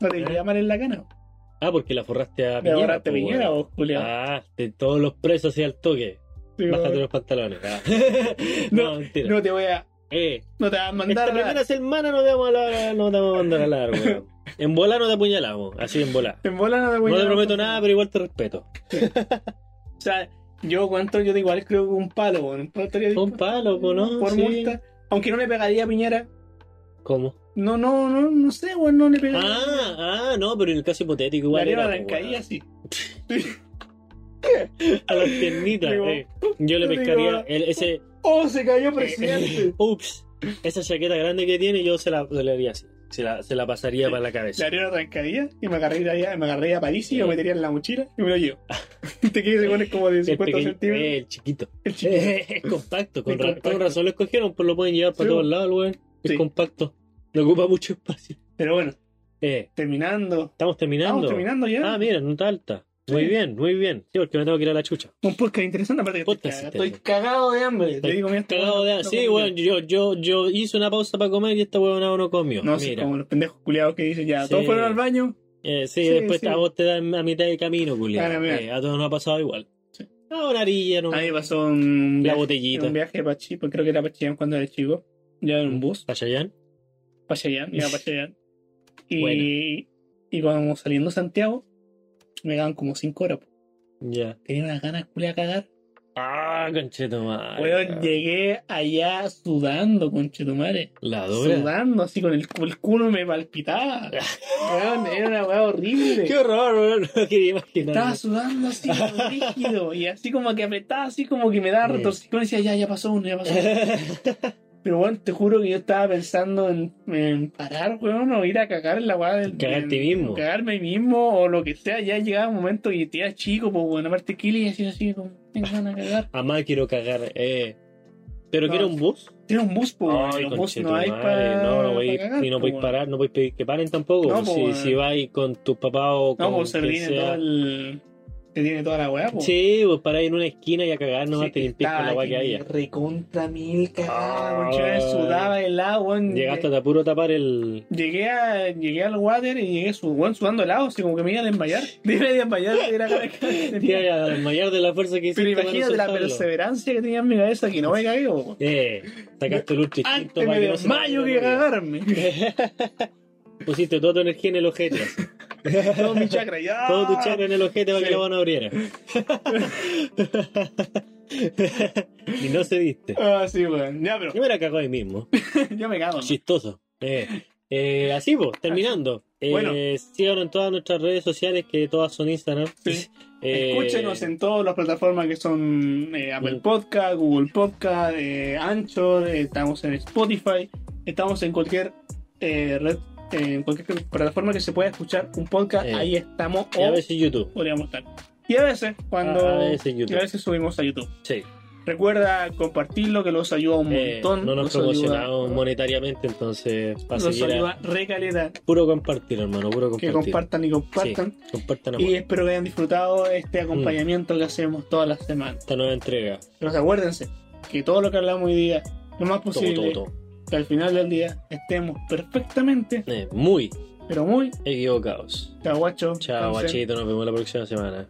no te llaman en la cana. Ah, porque ¿Eh? la forraste a Me Piñera, agarraste po, piñera weón. vos, culiao. Ah, de todos los presos hacia el toque. Sí, Bájate weón. los pantalones. ah. No, no, mentira. no te voy a. Eh, No te vas a esta mandar. a- primera semana no te vamos a, la- no te vamos a mandar a la weón. En bola no te apuñalamos, así en bola. En bola no te voy No a- te prometo nada, pero igual te respeto. O sea, yo cuento, yo igual creo que un palo, weón. Un palo estaría Un palo, po, ¿no? Por Sí. multa. Aunque no le pegaría a Piñera. ¿Cómo? No, no, no, no sé, weón, no le pegaría. Ah, ah, no, pero en el caso hipotético Le igual. haría era, una po, zancadilla, weón. sí. A las piernitas. Digo, eh. Yo le digo, pescaría el- ese. eh, ¡Oh, se cayó presidente! Ups, esa chaqueta grande que tiene, yo se la, se la haría así. Se la, se la pasaría para la Le cabeza. haría una trancadilla y me agarraría, me agarraría a París y lo metería en la mochila y me lo llevo. Este Te quieres se pone como de Este Es 50 pequeño, centímetros. eh, el chiquito. El chico. Es compacto, con, Es ra- compacto. con razón lo escogieron, pues lo pueden llevar para Sí, todos bo. lados, weón. Es Sí. compacto, no ocupa mucho espacio. Pero bueno, Eh, terminando. estamos terminando. Estamos terminando ya. Ah, mira, nota alta. Sí. Muy bien, muy bien. Sí, porque me tengo que ir a la chucha. Un podcast interesante, aparte que Podcast estoy, cagado, interesante. estoy cagado de hambre. Te Estoy digo, mira, Cagado de- no Sí, comí. weón, yo, yo, yo hice una pausa para comer y esta huevona no comió. No sé, mira. como los pendejos culiados que dicen ya, Sí. todos fueron al baño. Eh, sí, Sí, después sí. a vos te dan a mitad de camino, Claro, culiado. mira. a todos nos ha pasado igual. Sí. Ah, una orilla, no. A mí me pasó un La viaje, botellita. un viaje para Chile, creo que era para Chillán cuando era chico. Ya en un bus. Pachayán. para Chillán, iba para Chillán. Y, Bueno. y cuando saliendo de Santiago, me daban como 5 horas. po. Ya. Tenía unas ganas culia a cagar. Ah, conchetumare. Weón, llegué allá sudando, conchetumare. La dura. Sudando, así con el, el culo me palpitaba. Weón, era una weá horrible. Qué horror, weón. No quería imaginar. Estaba sudando así como rígido y así como que apretaba, así como que me daba Bien. retorcijón y decía, ya, ya pasó uno, ya pasó uno. Pero bueno, te juro que yo estaba pensando en, en parar, weón, o ir a cagar en la weá del. Cagarte en- mismo. Cagarme a mí mismo, o lo que sea. Ya llegaba un momento y te ibas chico, pues bueno, aparte Kili y así, así, como, tengo ganas de cagar. Amá, quiero cagar. Eh. ¿Pero No. quiero un bus? Tiene un bus, pues, weón, los bus no hay para. No, no voy, pa' cagar, y no po, podéis weón. parar, no podéis pedir que paren tampoco. No, po, si, weón. si vais con tu papá o con No, pues se quien viene sea. todo el. Se tiene toda la weá, pues. Sí, pues paráis en una esquina y a cagar nomás te limpias con la agua que haya. Recontra mil Ah. cagada, weón, sudaba el agua. weón. Llegaste a puro tapar el. Llegué, a, llegué al water y llegué su, weón, sudando helado, así como que me iba a desmayar. Me iba a desmayar, era la cara Te que- iba a desmayar de la fuerza que hiciste. Pero para no imagínate la soltarlo. perseverancia que tenía en mi cabeza que no me cagué, weón. Eh, sacaste el ultra instinto Antes me para que no se te desmayo que vaya la cagarme. vida. Pusiste toda tu energía en el ojete. así. Todo mi chakra, ya. Todo tu chakra en el ojete para Sí. que la mano abriera. y no se diste. Ah, sí, weón. Ya, pero Yo me la cagó ahí mismo. yo me cago. ¿no? Chistoso. Eh, eh, así pues, terminando. Eh, Bueno. Síganos en todas nuestras redes sociales, que todas son Instagram. Sí. Eh, Escúchenos en todas las plataformas que son eh, Apple Mm. Podcast, Google Podcast, eh, Anchor, eh, estamos en Spotify, estamos en cualquier eh, red, en cualquier plataforma que se pueda escuchar un podcast, Eh. ahí estamos y a o veces YouTube. Ah, podríamos estar. Y a veces, cuando A- a veces YouTube. y a veces subimos a YouTube. Sí. Recuerda compartirlo que los ayuda un Eh, montón. no nos los ayuda- promocionamos monetariamente, entonces para Los seguir a- ayuda recaleta, puro compartir, hermano, puro compartir. que compartan y compartan. Sí, Mm. compartan amor. Y espero que hayan disfrutado este acompañamiento que hacemos todas las semanas. esta nueva entrega. Pero acuérdense que todo lo que hablamos hoy día, lo más Todo, posible, todo, todo. que al final del día estemos perfectamente, Eh, muy pero muy equivocados. chao guacho. Chao, Entonces, guachito, nos vemos la próxima semana.